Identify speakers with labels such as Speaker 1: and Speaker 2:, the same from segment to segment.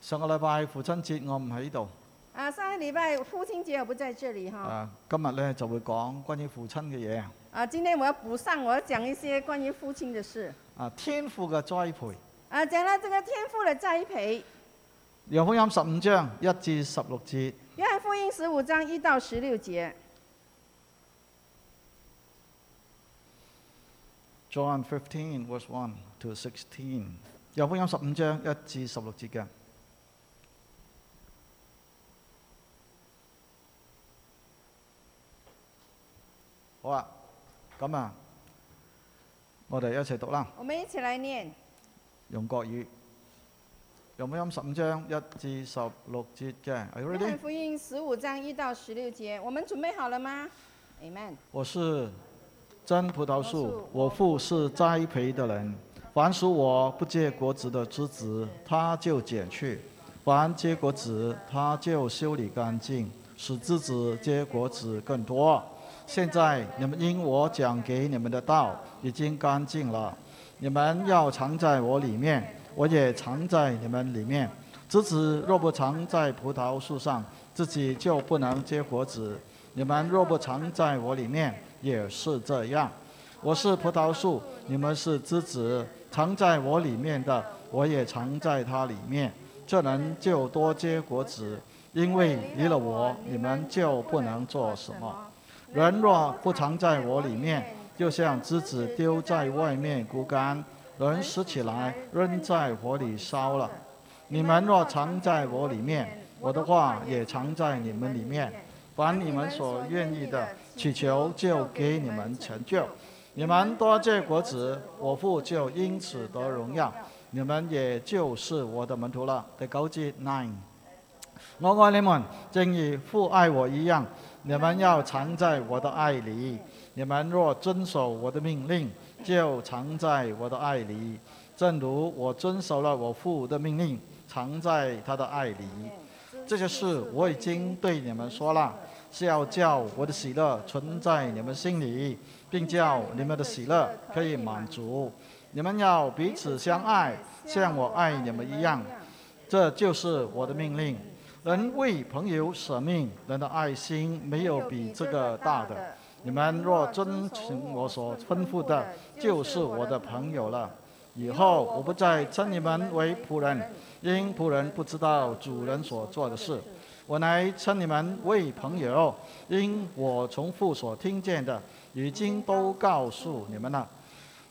Speaker 1: 上個禮拜父親節我唔喺度，
Speaker 2: 啊，上个礼拜父亲节我不在这里哈。
Speaker 1: 啊，今日咧就會講關於父親嘅嘢啊。
Speaker 2: 啊，今天我要补上，我要讲一些关于父亲的事。
Speaker 1: 啊，天父嘅栽培，
Speaker 2: 啊，讲到这个天赋的栽培，《
Speaker 1: 約福音十五章一至十六節，
Speaker 2: 约翰福音》十五章一到十六节。
Speaker 1: John fifteen verse one to sixteen，約福音十五章一至十六節嘅。好啊，咁啊，我哋一齊讀啦。
Speaker 2: 我们一起来念
Speaker 1: 用國語，用福音十五章一至十六節嘅。Are you
Speaker 2: 《约
Speaker 1: ready？
Speaker 2: 翰福音》十五章一到十六节。我们准备好了吗？Amen。
Speaker 1: 我是真葡萄树
Speaker 2: 我是，
Speaker 1: 我父是栽培的人。凡属我不结果子的枝子，他就剪去；凡结果子，他就修理干净，使枝子结果子更多。现在你们因我讲给你们的道已经干净了，你们要藏在我里面，我也藏在你们里面。枝子若不藏在葡萄树上，自己就不能结果子；你们若不藏在我里面，也是这样。我是葡萄树，你们是枝子，藏在我里面的，我也藏在它里面。这人就多结果子，因为离了我，你们就不能做什么。人若不藏在我里面，就像枝子丢在外面枯干，人拾起来扔在火里烧了。你们若藏在我里面，我的话也藏在你们里面。凡你们所愿意的，祈求就给你们成就。你们多结果子，我父就因此得荣耀。你们也就是我的门徒了。第九节 nine，我爱你们，正如父爱我一样。你们要藏在我的爱里。你们若遵守我的命令，就藏在我的爱里，正如我遵守了我父的命令，藏在他的爱里。这些事我已经对你们说了，是要叫我的喜乐存在你们心里，并叫你们的喜乐可以满足。你们要彼此相爱，像我爱你们一样。这就是我的命令。人为朋友舍命，人的爱心没有比这个大的。你们若遵从我所吩咐的，就是我的朋友了。以后我不再称你们为仆人，因仆人不知道主人所做的事。我来称你们为朋友，因我从父所听见的，已经都告诉你们了。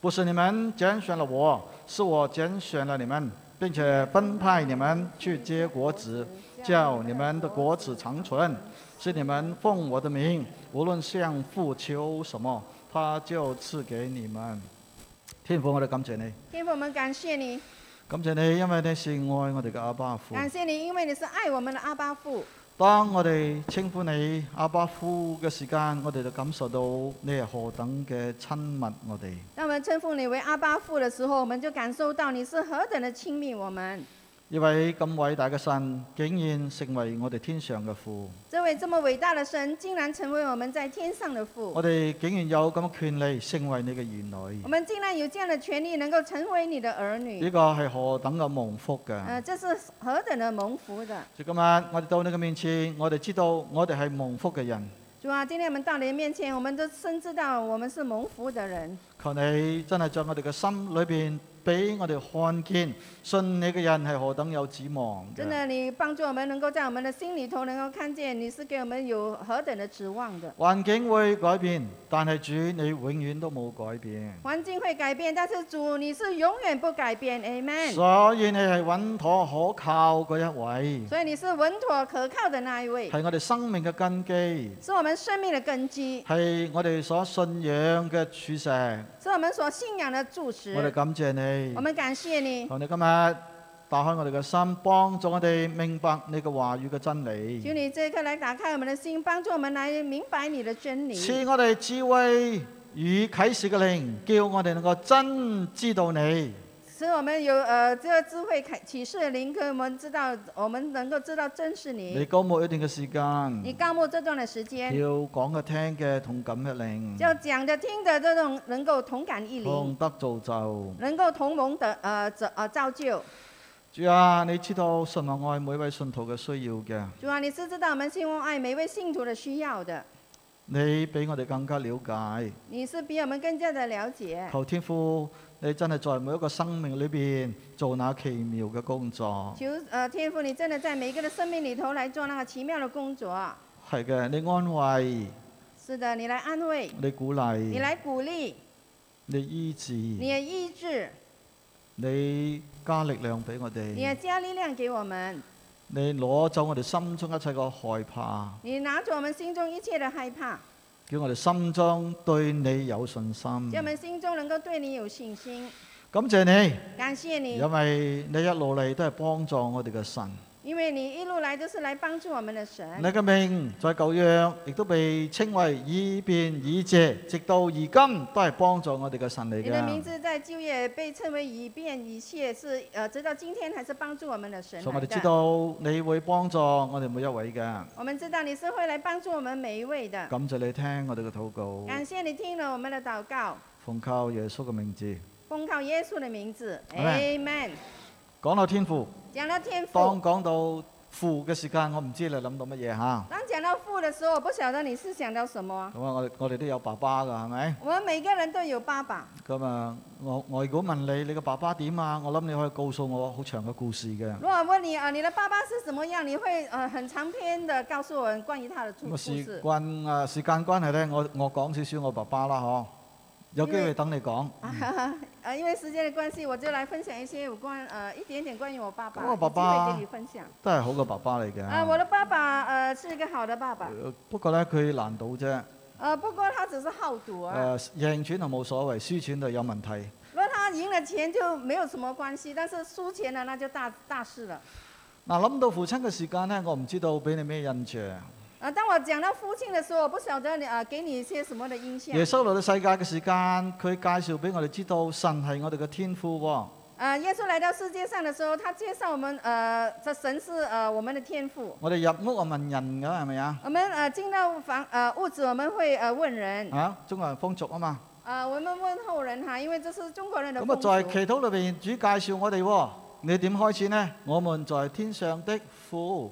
Speaker 1: 不是你们拣选了我，是我拣选了你们，并且分派你们去结果子，叫你们的果子长存。是你们奉我的名，无论向父求什么，他就赐给你们。天父，我哋感謝你，
Speaker 2: 天父，我们感谢你，
Speaker 1: 感謝你，因為你是愛我哋嘅阿爸父。
Speaker 2: 感谢你，因为你是爱我们的阿巴父。
Speaker 1: 當我哋稱呼你阿爸父嘅時間，我哋就感受到你係何等嘅親密我哋。
Speaker 2: 当我们称呼你为阿巴父的时候，我们就感受到你是何等的亲密我们。
Speaker 1: 呢位咁偉大嘅神，竟然成為我哋天上嘅父。
Speaker 2: 这位这么伟大的神，竟然成为我们在天上的父
Speaker 1: 我。哋竟然有咁嘅權利，成為你嘅兒女
Speaker 2: 我。们竟然有这样的权利，能够成为你的儿
Speaker 1: 呢
Speaker 2: 女。
Speaker 1: 個係何等嘅蒙福㗎！
Speaker 2: 呃，这是何等的蒙福的！
Speaker 1: 主今日我哋到你嘅面前，我哋知道我哋係蒙福嘅人，
Speaker 2: 主啊，今天我们到你的面前，我们都深知道我们是蒙福的人。
Speaker 1: 求你真係在我哋嘅心裏邊，俾我哋看見，信你嘅人係何等有指望
Speaker 2: 真
Speaker 1: 嘅。
Speaker 2: 的，你帮助我们能够在我们的心里头能够看见你是给我们有何等的指望的。
Speaker 1: 環境會改變，但係主你永遠都冇改變，
Speaker 2: 环境会改变，但是主你是永远不改变，Amen。
Speaker 1: 所以你係穩妥可靠嗰一
Speaker 2: 所以你是稳妥可靠的那一
Speaker 1: 位，
Speaker 2: 位，
Speaker 1: 係我哋生命嘅根基，
Speaker 2: 是我们生命的根基，
Speaker 1: 係我哋所信仰嘅柱石。
Speaker 2: 是我们所信仰的柱
Speaker 1: 我哋
Speaker 2: 石。
Speaker 1: 感謝你
Speaker 2: 我，们感谢你，
Speaker 1: 求你今日打開我哋嘅心，幫助我哋明白你嘅話語嘅真理。
Speaker 2: 求你这一刻来打开我们的心，帮助我们来明白你的真理，
Speaker 1: 赐我哋智慧與啟示嘅靈，叫我哋能夠真知道你，
Speaker 2: 使我们有呃这个智慧开启示的灵，给我们知道，我们能够知道真是
Speaker 1: 你
Speaker 2: 你。
Speaker 1: 高牧一段嘅時
Speaker 2: 你
Speaker 1: 間，
Speaker 2: 告诉这段的时
Speaker 1: 要
Speaker 2: 间，
Speaker 1: 講嘅聽嘅同感一靈，
Speaker 2: 要讲的听的这种能够同感一灵，
Speaker 1: 同得造就。
Speaker 2: 能够同盟的呃造呃造就。
Speaker 1: 主啊，你知道神學愛每位信徒嘅需要嘅，
Speaker 2: 主啊，你是知道我们信望爱每位信徒的需要的，
Speaker 1: 你比我哋更加了解。
Speaker 2: 你是比我们更加的了解。
Speaker 1: 求天父，你真係在每一個生命裏邊做那奇妙嘅工作。
Speaker 2: 求呃天父，你真的在每一个的生命里头来做那个奇妙的工作。
Speaker 1: 係嘅，你安慰，
Speaker 2: 是的，你来安慰，
Speaker 1: 你鼓
Speaker 2: 你
Speaker 1: 勵，
Speaker 2: 来鼓励，
Speaker 1: 你醫治，
Speaker 2: 你也医治，
Speaker 1: 你加力量俾我
Speaker 2: 你也
Speaker 1: 哋，
Speaker 2: 加力量给我们，
Speaker 1: 你攞走我哋心中一切嘅害怕，
Speaker 2: 你拿走我们心中一切的害怕，
Speaker 1: 叫我哋心中對你有信心
Speaker 2: 叫。我们心中能够对你有信心。
Speaker 1: 感謝你。
Speaker 2: 感谢你
Speaker 1: 因，為你一路嚟都係幫助我哋嘅神，
Speaker 2: 因为你一路来都是来帮助我们的
Speaker 1: 你
Speaker 2: 神。
Speaker 1: 嘅名在舊約亦都被稱為以便以謝，直到而今都係幫助我哋嘅神嚟
Speaker 2: 你的名
Speaker 1: 嘅。
Speaker 2: 字在就业被称为以变以谢，是呃，直到今天还是帮助我们的神
Speaker 1: 所以我
Speaker 2: 来
Speaker 1: 哋知
Speaker 2: 的。
Speaker 1: 道你會幫助我哋每一位嘅，
Speaker 2: 我们知道你是会来帮助我们每一位的。
Speaker 1: 感謝你聽我哋嘅禱告，
Speaker 2: 感谢你听了我们的祷告，
Speaker 1: 奉靠耶穌嘅名字。
Speaker 2: 奉靠耶稣的名字
Speaker 1: Amen
Speaker 2: ，Amen。
Speaker 1: 講到天父，
Speaker 2: 讲到天
Speaker 1: 當
Speaker 2: 父，
Speaker 1: 講到父嘅時間，我唔知你諗到乜嘢吓。
Speaker 2: 当讲到父的时候，我不晓得你是想到什么。
Speaker 1: 咁啊，我哋我哋都有爸爸㗎，係咪？
Speaker 2: 我们每个人都有爸爸。
Speaker 1: 咁啊，我我如果問你你嘅爸爸點啊，我諗你可以告訴我好長嘅故事嘅。
Speaker 2: 如果问你啊、呃你的爸爸是什么样，你会呃很长篇的告诉我们关于他的故
Speaker 1: 咁
Speaker 2: 故
Speaker 1: 啊，時
Speaker 2: 事。
Speaker 1: 間啊，時間關係咧，我我講少少我爸爸啦，嗬。有機
Speaker 2: 因
Speaker 1: 會
Speaker 2: 為
Speaker 1: 等你講。
Speaker 2: 啊，因为时间的关系，我就来分享一些有关呃一点点关于我爸爸，
Speaker 1: 跟我爸爸
Speaker 2: 有机会给你分享。
Speaker 1: 都係好嘅爸爸嚟嘅。
Speaker 2: 啊，我的爸爸呃是一个好的爸爸，
Speaker 1: 呃不過咧，佢難到啫。
Speaker 2: 呃，不过他只是好赌啊。
Speaker 1: 誒，贏錢就冇所謂，輸錢就有問題。
Speaker 2: 如果他赢了钱就没有什么关系，但是输钱了那就大大事了。
Speaker 1: 嗱，諗到父親嘅時間咧，我唔知道俾你咩印象。
Speaker 2: 啊，当我讲到父亲的时候，我不晓得你啊给你一些什么的印象
Speaker 1: 耶。穌嚟到世界嘅時間，佢介紹俾我哋知道神係我哋嘅天父喎。
Speaker 2: 啊，耶稣来到世界上的时候，他介绍我们呃，这神是呃我们的天父。
Speaker 1: 我哋入屋啊問人㗎，係咪啊？
Speaker 2: 我们呃进到房呃屋子，我们会呃问人，
Speaker 1: 啊，中國人風俗啊嘛。
Speaker 2: 啊，我们问候人哈，因为这是中国人的
Speaker 1: 咁啊，
Speaker 2: 风
Speaker 1: 在
Speaker 2: 俗。
Speaker 1: 祈禱裏邊，主介紹我哋喎，你點開始呢？我們在天上的父。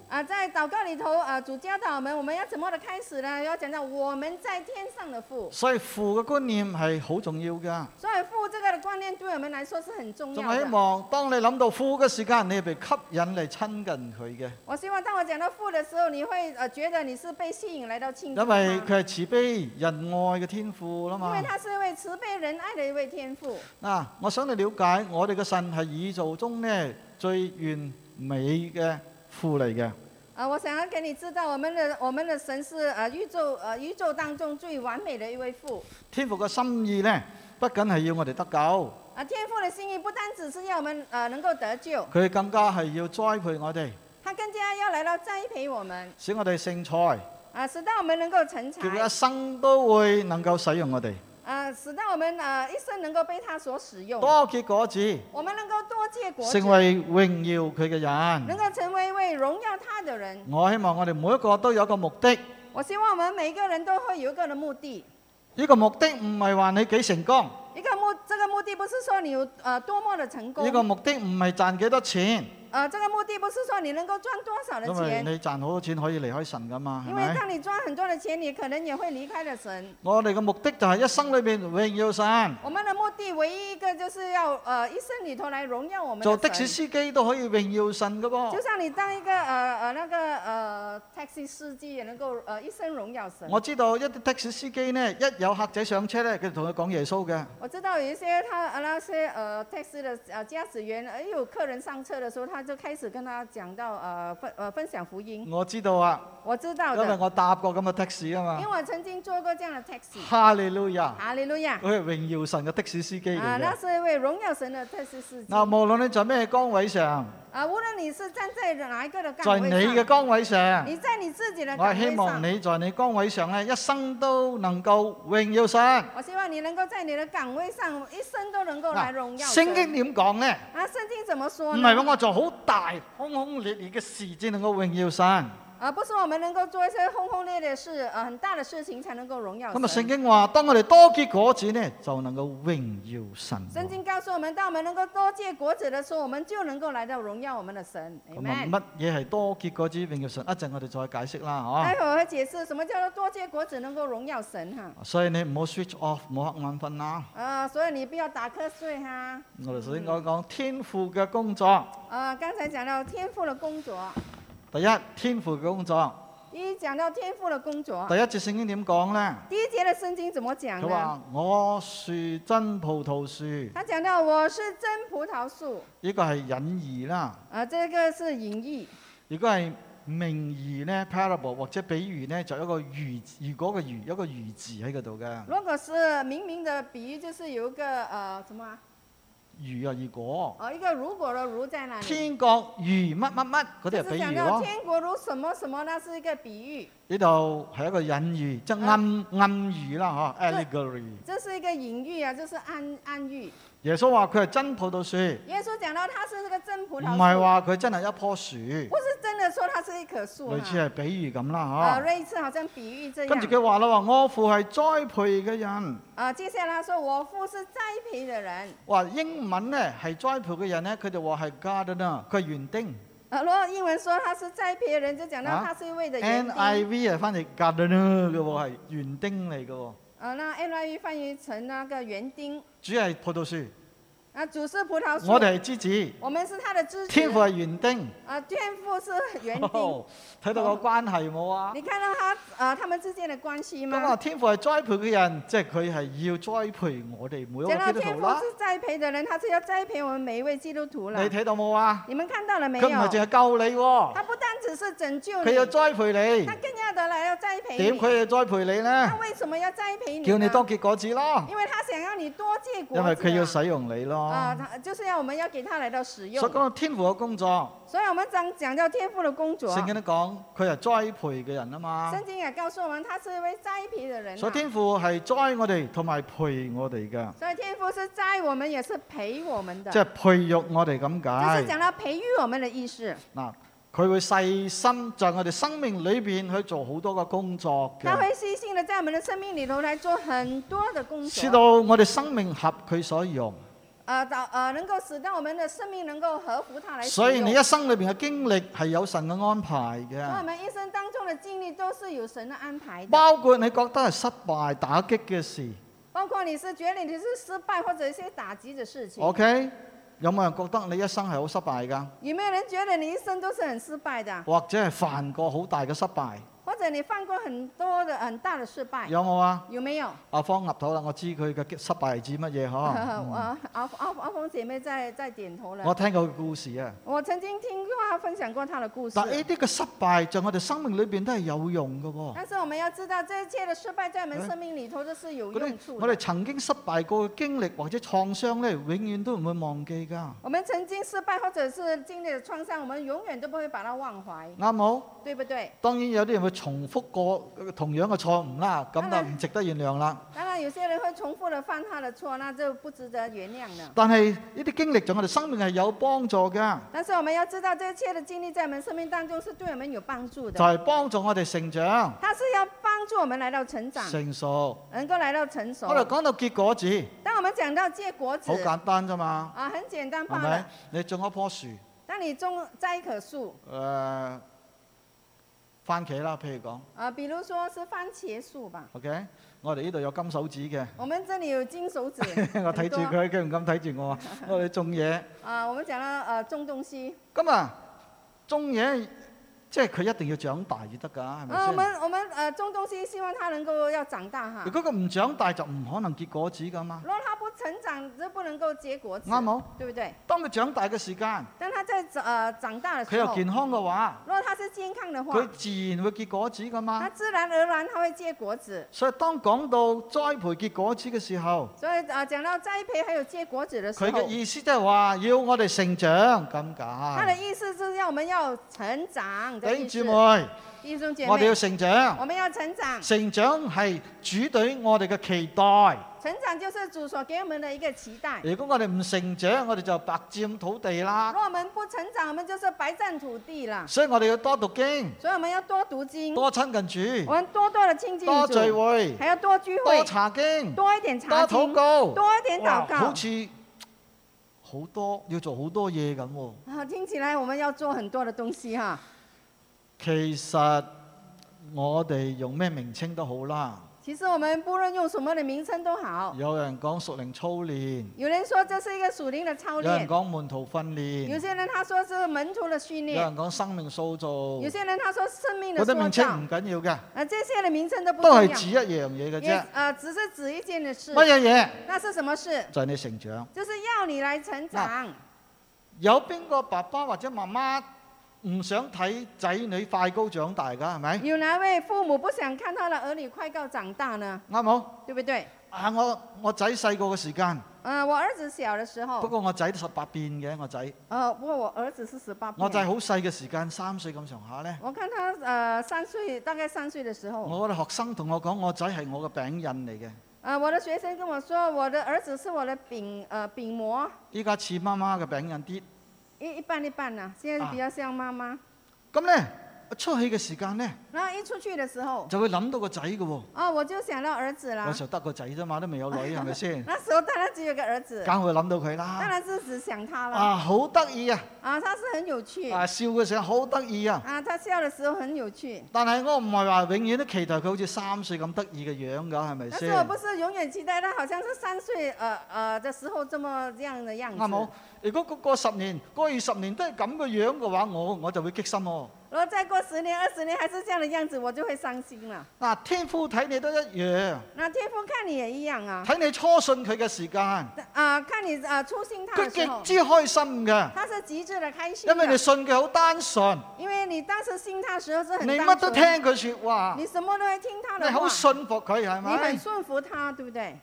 Speaker 2: 啊，在祷告里头啊，主教导我们，我们要怎么的开始呢？要讲到我们在天上的父，
Speaker 1: 所以父嘅觀念係好重要噶。
Speaker 2: 所以父这个的观念对我们来说是很重
Speaker 1: 仲
Speaker 2: 要
Speaker 1: 希
Speaker 2: 的。
Speaker 1: 望當你諗到父嘅時間，你係被吸引嚟親近佢嘅，
Speaker 2: 我希望当我讲到父的时候，你会呃觉得你是被吸引来到庆祝
Speaker 1: 因
Speaker 2: 他，
Speaker 1: 為
Speaker 2: 因
Speaker 1: 佢係慈悲仁愛嘅天父啦嘛
Speaker 2: 为。他是一位慈悲仁爱的一位天父。
Speaker 1: 嗱、我想你了解我哋嘅神係宇宙中呢最完美嘅父嚟嘅。
Speaker 2: 啊，我想要给你知道，我们的我们的神是呃宇宙呃宇宙当中最完美的一位父。
Speaker 1: 天父嘅心意呢，不僅係要我哋得救，
Speaker 2: 啊，天父的心意不单只是要我们呃能够得救，
Speaker 1: 佢更加係要栽培我哋，
Speaker 2: 他更加要来到栽培我们，
Speaker 1: 使我哋成才，
Speaker 2: 啊，使到我们能够成
Speaker 1: 叫佢一
Speaker 2: 才，
Speaker 1: 生都會能夠使用我哋，
Speaker 2: 啊，使到我们呃一生能够被他所使用，
Speaker 1: 多結果子，
Speaker 2: 我们能够多结果子
Speaker 1: 成，為榮耀佢嘅人
Speaker 2: 能。够成为一位荣耀他的人。
Speaker 1: 我希望我哋每一個都有一個目的，呢、
Speaker 2: 我希望我们每一个人都会有一个的目的，
Speaker 1: 個目的唔係話你幾成功，呢、
Speaker 2: 一个目这个目的不是说你有呃多么的成功，
Speaker 1: 個目的唔係賺幾多錢，
Speaker 2: 呃，这个目的不是说你能够賺多少的
Speaker 1: 因為
Speaker 2: 钱。
Speaker 1: 你賺好多錢可以離開神噶嘛，係
Speaker 2: 因为
Speaker 1: 咪？
Speaker 2: 当你赚很多的钱，你可能也会离开了神。
Speaker 1: 我哋嘅目的就係一生裏邊榮耀神，
Speaker 2: 我们的目的唯一一个就是要呃一生里头来荣耀我们
Speaker 1: 做
Speaker 2: 的
Speaker 1: 的士
Speaker 2: 神。
Speaker 1: 司機都可以榮耀神噶
Speaker 2: 就
Speaker 1: 噃。
Speaker 2: 像你当一个呃呃那个呃 taxi 司机也能够呃一生荣耀神。
Speaker 1: 我知道一啲的士司機呢，一有客仔上車呢，佢就同佢講耶穌嘅。
Speaker 2: 我知道有一些他呃那些呃 taxi 的呃驾驶员，呃有客人上车的时候，他就开始跟他讲到呃分呃分享福音。
Speaker 1: 我知道啊，
Speaker 2: 我知道
Speaker 1: 因為
Speaker 2: 的，
Speaker 1: 我搭過咁嘅的士啊啊
Speaker 2: 因
Speaker 1: 嘛
Speaker 2: 为。我曾经做过这样的 taxi。
Speaker 1: 哈利路亞，
Speaker 2: 哈利路亚！
Speaker 1: 佢係榮耀神嘅的士司機嚟
Speaker 2: 啊，那
Speaker 1: 嘅。
Speaker 2: 是一位荣耀神的 taxi 司机。
Speaker 1: 嗱，無論你在咩崗位上，
Speaker 2: 啊，无论你是站在哪一个的
Speaker 1: 在
Speaker 2: 岗
Speaker 1: 你
Speaker 2: 位
Speaker 1: 嘅
Speaker 2: 上，
Speaker 1: 崗位上。
Speaker 2: 你在你自己的岗
Speaker 1: 我
Speaker 2: 位
Speaker 1: 希望
Speaker 2: 上，
Speaker 1: 你在你崗位上咧，一生都能夠榮耀神。
Speaker 2: 我希望你能够在你的岗位上一生都能够来荣耀
Speaker 1: 聖經
Speaker 2: 神。
Speaker 1: 點講咧？
Speaker 2: 啊，圣经怎么说
Speaker 1: 唔係
Speaker 2: 呢？
Speaker 1: 話我做好大、轟轟烈烈嘅事先能夠榮耀神，
Speaker 2: 啊，不是我们能够做一些轰轰烈烈的事，啊，很大的事情才能够荣耀
Speaker 1: 咁啊，聖
Speaker 2: 神。
Speaker 1: 經話：當我哋多結果子呢，就能夠榮耀神喎。
Speaker 2: 圣经告诉我们，当我们能够多结果子的时候，我们就能够来到荣耀我们的神。
Speaker 1: 咁啊，
Speaker 2: Amen。
Speaker 1: 乜嘢係多結果子榮耀神？一陣我哋再解釋啦，
Speaker 2: 待
Speaker 1: 嗬。
Speaker 2: 会儿会解释什么叫做多结果子能够荣耀神哈。
Speaker 1: 所以你唔好 switch off，唔好瞌眼瞓啦。
Speaker 2: 啊，所以你不要打瞌睡哈。
Speaker 1: 我哋首先講講天父嘅工作。
Speaker 2: 啊，刚才讲到天赋的工作，
Speaker 1: 第一，天父嘅工作。
Speaker 2: 第一讲到天赋的工作
Speaker 1: 第，一節聖經點講呢？
Speaker 2: 第一节的圣经怎么讲啊
Speaker 1: 佢
Speaker 2: 呢？
Speaker 1: 話：我樹真葡萄樹，
Speaker 2: 他讲到我是真葡萄树，
Speaker 1: 呢個係隱喻啦。
Speaker 2: 啊，这个是隐喻。
Speaker 1: 如果係名喻呢 p a r a b l e 或者比喻呢，就有一個喻，如果個喻，有一個喻字喺嗰度嘅。
Speaker 2: 如果是明明的比喻，就是有一个呃什么啊，
Speaker 1: 喻啊，如果
Speaker 2: 哦，一个如果的如在哪里？
Speaker 1: 天國如乜乜乜嗰啲
Speaker 2: 嗯就
Speaker 1: 係比
Speaker 2: 是讲
Speaker 1: 喻啊
Speaker 2: 到
Speaker 1: 咯。
Speaker 2: 天国如什么什么，那是一个比喻，
Speaker 1: 呢度係一個隱喻，即係
Speaker 2: 啊
Speaker 1: 暗暗喻啦嚇，allegory。
Speaker 2: 这是一个隐喻啊，就是暗暗喻。
Speaker 1: 耶穌話佢係真葡萄樹，唔
Speaker 2: 耶稣讲到他是这个真葡萄
Speaker 1: 係
Speaker 2: 树，
Speaker 1: 話佢真係一棵樹，
Speaker 2: 不是真的说它是一棵树
Speaker 1: 類似
Speaker 2: 哈。
Speaker 1: 係比喻咁
Speaker 2: 啊，
Speaker 1: 啦
Speaker 2: 瑞次好像比喻这
Speaker 1: 哦嚇。跟住
Speaker 2: 样。
Speaker 1: 佢話啦話，我父係栽培嘅人。
Speaker 2: 啊，接下来他说我父是栽培的人。
Speaker 1: 話英文咧係栽培嘅人咧，佢就話係 gardener，佢係園丁。
Speaker 2: 啊，如果英文说他是栽培的人，就讲到
Speaker 1: 啊
Speaker 2: 他是一位的园丁。
Speaker 1: NIV 係翻譯啊 gardener 嘅喎，係園丁嚟嘅喎。
Speaker 2: 啊，那 NIV 翻译成那个园丁。
Speaker 1: 主係葡萄樹，
Speaker 2: 啊，主是葡萄树，
Speaker 1: 我哋係枝子，
Speaker 2: 我们是他的支持。
Speaker 1: 天父係園丁。
Speaker 2: 啊，天父是园丁，哦
Speaker 1: 哦睇到個關係冇啊？
Speaker 2: 你看到他呃他们之间的关系
Speaker 1: 咁啊，
Speaker 2: 吗？
Speaker 1: 天父係栽培嘅人，即係佢係要栽培我哋每一
Speaker 2: 讲
Speaker 1: 個
Speaker 2: 到
Speaker 1: 基督
Speaker 2: 啊天
Speaker 1: 徒
Speaker 2: 父
Speaker 1: 啦。
Speaker 2: 是栽培的人，他是要栽培我们每一位基督徒
Speaker 1: 你
Speaker 2: 了。
Speaker 1: 睇到冇啊？
Speaker 2: 你们看到了没
Speaker 1: 佢唔係
Speaker 2: 有？
Speaker 1: 淨係救你喎，
Speaker 2: 他不单只是拯救
Speaker 1: 佢要
Speaker 2: 你，
Speaker 1: 栽培你
Speaker 2: 他。更要的来要栽培
Speaker 1: 點
Speaker 2: 你。啊
Speaker 1: 佢要栽培你
Speaker 2: 他
Speaker 1: 呢？
Speaker 2: 为什么要栽培你
Speaker 1: 叫你
Speaker 2: 呢？
Speaker 1: 多結果子咯，
Speaker 2: 因为他想要你多结
Speaker 1: 哦因為
Speaker 2: 果
Speaker 1: 佢要
Speaker 2: 子
Speaker 1: 使用你
Speaker 2: 啊。
Speaker 1: 咯。
Speaker 2: 啊，他就是要我们要给他来到使用
Speaker 1: 所以講。到天父嘅工作。
Speaker 2: 所以我们讲讲到天父的工作，啊
Speaker 1: 聖經都講佢係栽培嘅人啊嘛，
Speaker 2: 圣经也告诉我们，他是一位栽培的人啊、
Speaker 1: 所以天父係栽我哋同埋培我哋嘅，
Speaker 2: 所以天父是栽我们，也是培我们的。
Speaker 1: 即係培育我哋咁
Speaker 2: 就
Speaker 1: 解。
Speaker 2: 是讲到培育我们的意识，
Speaker 1: 嗱，佢會細心在我哋生命裏邊去做好多嘅工作
Speaker 2: 他
Speaker 1: 嘅，
Speaker 2: 会细心的在我们的生命里头来做很多的工
Speaker 1: 使
Speaker 2: 作，
Speaker 1: 到我哋生命合佢所用。
Speaker 2: 呃，导呃能够使到我们的生命能够合乎他来使
Speaker 1: 所
Speaker 2: 用。
Speaker 1: 以你一生裏邊嘅經歷係有神嘅安排
Speaker 2: 所以我
Speaker 1: 嘅，
Speaker 2: 们一生当中的经历都是有神的安排的，
Speaker 1: 包括你覺得係失敗打擊嘅事
Speaker 2: 包括你是觉得你是失败或者一些打击的事情。
Speaker 1: ，OK？有冇人覺得你一生係好失敗㗎？
Speaker 2: 有没有人觉得你一生都是很失败的，
Speaker 1: 或者係犯過好大嘅失敗？
Speaker 2: 或者你犯过很多的很大的失败？
Speaker 1: 有冇啊？
Speaker 2: 有没有？
Speaker 1: 阿方岌頭啦，我知佢嘅失敗係指乜嘢 嗬？
Speaker 2: 啊，阿阿阿峰姐妹在在点头了。
Speaker 1: 我
Speaker 2: 我
Speaker 1: 聽過佢故事啊。
Speaker 2: 曾经听过她分享过她的故事啊
Speaker 1: 但，呢啲嘅失敗在我哋生命裏邊都係有用嘅喎。
Speaker 2: 但是我们要知道，这一切的失败在我们生命里头都是有
Speaker 1: 嗰
Speaker 2: 用
Speaker 1: 啲
Speaker 2: 处
Speaker 1: 哎我哋
Speaker 2: 的。
Speaker 1: 曾經失敗過嘅經歷或者創傷咧，永遠都唔會忘記㗎。
Speaker 2: 我们曾经失败或者是经历的创伤，我们永远都不会把它忘怀，
Speaker 1: 啱冇？
Speaker 2: 对不对？
Speaker 1: 當然有啲人會重複過呃同樣嘅錯誤啦，咁就
Speaker 2: 當然
Speaker 1: 唔值得原諒啦。
Speaker 2: 当然，有些人会重复的犯他的错，那就不值得原谅了。
Speaker 1: 但係呢啲經歷在我哋生命係有幫助㗎，
Speaker 2: 但是我们要知道，这一切的经历在我们生命当中是对我们有帮助
Speaker 1: 就
Speaker 2: 的，
Speaker 1: 係幫助我哋成長、
Speaker 2: 它是要帮助我们来到成长，
Speaker 1: 成熟。
Speaker 2: 能够来到成熟
Speaker 1: 我。哋講到結果子，
Speaker 2: 当我们讲到结果子
Speaker 1: 好，簡單咋嘛，
Speaker 2: 啊，很简单
Speaker 1: 係
Speaker 2: 罢了
Speaker 1: 咪。？你種一棵樹。
Speaker 2: 当你种栽一棵树，
Speaker 1: 誒、番茄啦，譬如講
Speaker 2: 啊，比如说是番茄树吧，
Speaker 1: ，OK，我哋呢度有金手指嘅，，
Speaker 2: 我们这里有金手指
Speaker 1: 我睇住
Speaker 2: 很多
Speaker 1: 佢，佢唔敢睇住我，我哋種嘢，
Speaker 2: 啊，我们讲了呃种东西，
Speaker 1: 咁啊，種嘢即係佢一定要長大至得㗎，係
Speaker 2: 啊，我
Speaker 1: 咪先？
Speaker 2: 们我们呃种东西，希望它能够要长大哈
Speaker 1: 如。果佢唔長大就唔可能結果子㗎嘛，
Speaker 2: 如果它不成长，就不能够结果子，
Speaker 1: 啱冇？
Speaker 2: 对不对？
Speaker 1: 當佢長大嘅時間，
Speaker 2: 但它在长呃长大的
Speaker 1: 佢
Speaker 2: 时
Speaker 1: 又
Speaker 2: 候，
Speaker 1: 健康嘅話，
Speaker 2: 如果它是健康的话
Speaker 1: 佢，自然會結果子㗎
Speaker 2: 它
Speaker 1: 嘛。
Speaker 2: 自然而然它会结果子。
Speaker 1: 所以當講到栽培結果子嘅時候，
Speaker 2: 所以啊、呃讲到栽培还有结果子的时
Speaker 1: 佢嘅
Speaker 2: 候，
Speaker 1: 意思即係話要我哋成長咁
Speaker 2: 它的
Speaker 1: 解。
Speaker 2: 意思是要我们要成长的
Speaker 1: 弟兄
Speaker 2: 意
Speaker 1: 姊妹，
Speaker 2: 思。弟兄姐
Speaker 1: 我哋
Speaker 2: 妹
Speaker 1: 要，成長。
Speaker 2: 我们要成长。
Speaker 1: 成長係主對我哋嘅期待，
Speaker 2: 成长就是主所给我们的一个期待。
Speaker 1: 如果我哋唔成長，我哋就白佔土地啦。
Speaker 2: 若我们不成长，我们就是白占土地了。
Speaker 1: 所以我哋要多讀經，
Speaker 2: 所以我们要多读经，
Speaker 1: 多親近
Speaker 2: 我
Speaker 1: 主，
Speaker 2: 们多多的亲近
Speaker 1: 多聚
Speaker 2: 主，
Speaker 1: 會，
Speaker 2: 还要多聚
Speaker 1: 多
Speaker 2: 会，
Speaker 1: 查經，
Speaker 2: 多一点
Speaker 1: 多
Speaker 2: 查经
Speaker 1: 禱，告。
Speaker 2: 多一点
Speaker 1: 哇
Speaker 2: 祷告
Speaker 1: 好。似好多要做好多嘢咁喎。
Speaker 2: 啊，听起来我们要做很多的东西哈。
Speaker 1: 其實我哋用咩名稱都好啦，
Speaker 2: 其实我们不论用什么的名称都好，
Speaker 1: 有人講屬靈操練，
Speaker 2: 有人说这是一个属灵的操
Speaker 1: 有人
Speaker 2: 练，
Speaker 1: 講門徒訓
Speaker 2: 有
Speaker 1: 練，
Speaker 2: 些人他说是门徒的训
Speaker 1: 有
Speaker 2: 练，
Speaker 1: 人講生命塑造。
Speaker 2: 有些人他说生命的
Speaker 1: 嗰啲
Speaker 2: 塑
Speaker 1: 名
Speaker 2: 造
Speaker 1: 稱。唔緊要嘅，
Speaker 2: 啊，这些的名称都不
Speaker 1: 都
Speaker 2: 一
Speaker 1: 係
Speaker 2: 样
Speaker 1: 指，一樣嘢嘅
Speaker 2: 也
Speaker 1: 啫。
Speaker 2: 呃，只是指一件的事。
Speaker 1: 乜嘢嘢？
Speaker 2: 那是什么事？
Speaker 1: 就係你成長。
Speaker 2: 就是要你来成长。
Speaker 1: 有邊個爸爸或者媽媽唔想睇仔女快高長大㗎？係咪？
Speaker 2: 有哪位父母不想看他的儿女快高长大呢？
Speaker 1: 啱冇？
Speaker 2: 对不对？
Speaker 1: 啊！我我仔細個嘅時間，
Speaker 2: 呃，我儿子小的时
Speaker 1: 不
Speaker 2: 候，
Speaker 1: 過我仔十八變嘅，我仔，
Speaker 2: 呃，不过我儿子是十八
Speaker 1: 我仔
Speaker 2: 岁，
Speaker 1: 好細嘅時間，三歲咁上下呢。
Speaker 2: 我看他呃三岁，大概三岁的时候，
Speaker 1: 我哋學生同我講，我仔係我嘅餅印嚟嘅，
Speaker 2: 呃，我的学生跟我说，我的儿子是我的饼呃饼模，
Speaker 1: 依家似媽媽嘅餅印啲。
Speaker 2: 一一半一半呢、现在
Speaker 1: 啊
Speaker 2: 比较像妈妈。
Speaker 1: 咁呢，出去嘅時間呢，
Speaker 2: 然后一出去的时候，
Speaker 1: 就會諗到個仔嘅喎。
Speaker 2: 哦，我就想到儿子啦
Speaker 1: 嗰。時候得個仔啫嘛，都未有女，係咪先？
Speaker 2: 那时候当然只有个儿子，
Speaker 1: 梗會諗到佢
Speaker 2: 当
Speaker 1: 啦。
Speaker 2: 然是只想他了。
Speaker 1: 啊，好得意啊！
Speaker 2: 啊，他是很有趣
Speaker 1: 啊，笑嘅時候好得意啊！
Speaker 2: 啊，他笑的时候很有趣。
Speaker 1: 但係我唔係話永遠都期待佢好似三歲咁得意嘅樣㗎，係咪
Speaker 2: 但是我
Speaker 1: 先？
Speaker 2: 不是永远期待他好像是三岁呃呃的时候这么这样的样子。
Speaker 1: 啱冇？如果嗰個十年、嗰二十年都係咁嘅樣嘅話，我我就會激心喎。
Speaker 2: 如果再过十年、二十年还是这样的样子，我就会伤心了。
Speaker 1: 嗱、天父睇你都一樣，
Speaker 2: 那天父看你也一样啊，
Speaker 1: 睇你初信佢嘅時間，
Speaker 2: 啊、看你啊、呃初信他
Speaker 1: 佢
Speaker 2: 的时候，
Speaker 1: 極之開心嘅，
Speaker 2: 他是极致的开心
Speaker 1: 因為你
Speaker 2: 的，
Speaker 1: 信佢好單純，
Speaker 2: 因为你当时信他的时候是很
Speaker 1: 你乜
Speaker 2: 单
Speaker 1: 都
Speaker 2: 纯
Speaker 1: 聽佢説話，
Speaker 2: 你什么都会听他
Speaker 1: 你
Speaker 2: 的
Speaker 1: 好
Speaker 2: 话，
Speaker 1: 信服佢係
Speaker 2: 你很
Speaker 1: 咪？
Speaker 2: 顺服他，对不对？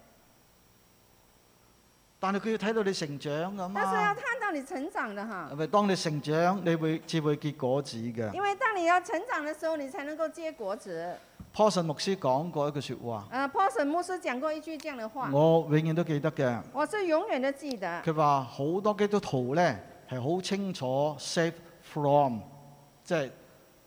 Speaker 1: 但係佢要睇到你成長㗎
Speaker 2: 但是要
Speaker 1: 嘛，
Speaker 2: 看到你成長的哈
Speaker 1: 係，咪？當你成長，你會至會結果子嘅。
Speaker 2: 因为当你要成长的时候，你才能够结果子。
Speaker 1: Paulson 牧師講過一句説話。
Speaker 2: 呃 p a u s o n 牧师讲过一句这样的话，
Speaker 1: 我永遠都記得嘅。
Speaker 2: 我是永远的记得。
Speaker 1: 佢話好多基督徒呢係好清楚 safe from，即係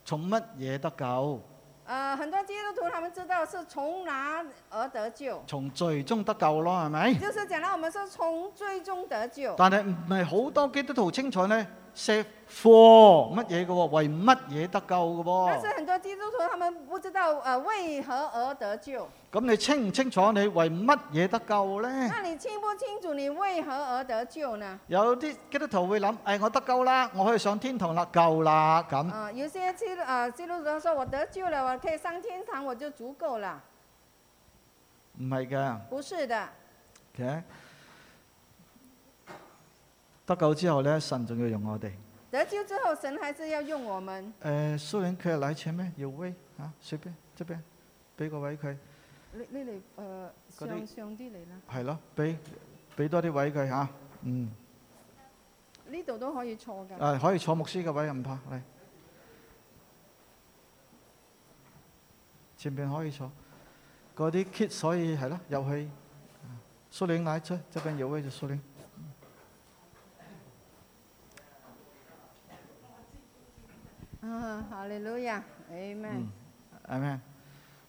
Speaker 1: 從乜嘢得救，
Speaker 2: 呃，很多基督徒他们知道是从哪而得救，
Speaker 1: 從罪中得救咯，係咪？
Speaker 2: 就是讲到我们是从最终得救。
Speaker 1: 但係唔係好多基督徒清楚呢 safe for 乜嘢嘅喎，為乜嘢得救嘅
Speaker 2: 但是
Speaker 1: 喎？
Speaker 2: 很多基督徒他们不知道呃为何而得救。
Speaker 1: 咁你清唔清楚你為乜嘢得救呢？
Speaker 2: 那你清不清楚你为何而得救呢？
Speaker 1: 有啲基督徒會諗：，誒、我得救啦，我可以上天堂啦，夠啦咁。
Speaker 2: 啊、有些基督呃基督徒说我得救了，我可以上天堂，我就足够了。
Speaker 1: 唔係嘅。
Speaker 2: 不是的，
Speaker 1: 嘅得救之後咧，神仲要用我哋。
Speaker 2: 得救之后神还是要用我们。
Speaker 1: 誒、蘇玲佢係嚟前咩？有位啊，隨便側邊，俾個位佢，
Speaker 2: 你你嚟呃
Speaker 1: 嗰啲
Speaker 2: 上上啲嚟啦，
Speaker 1: 係咯，俾俾多啲位佢嚇、嗯，
Speaker 2: 呢度都可以坐
Speaker 1: 誒、
Speaker 2: 㗎。
Speaker 1: 可以坐牧師嘅位唔怕，嚟前邊可以坐。嗰啲 kid 所以係咯，入去蘇玲嚟出側邊有位就蘇玲。
Speaker 2: 啊，哈利路亚，Amen
Speaker 1: 嗯。係咩？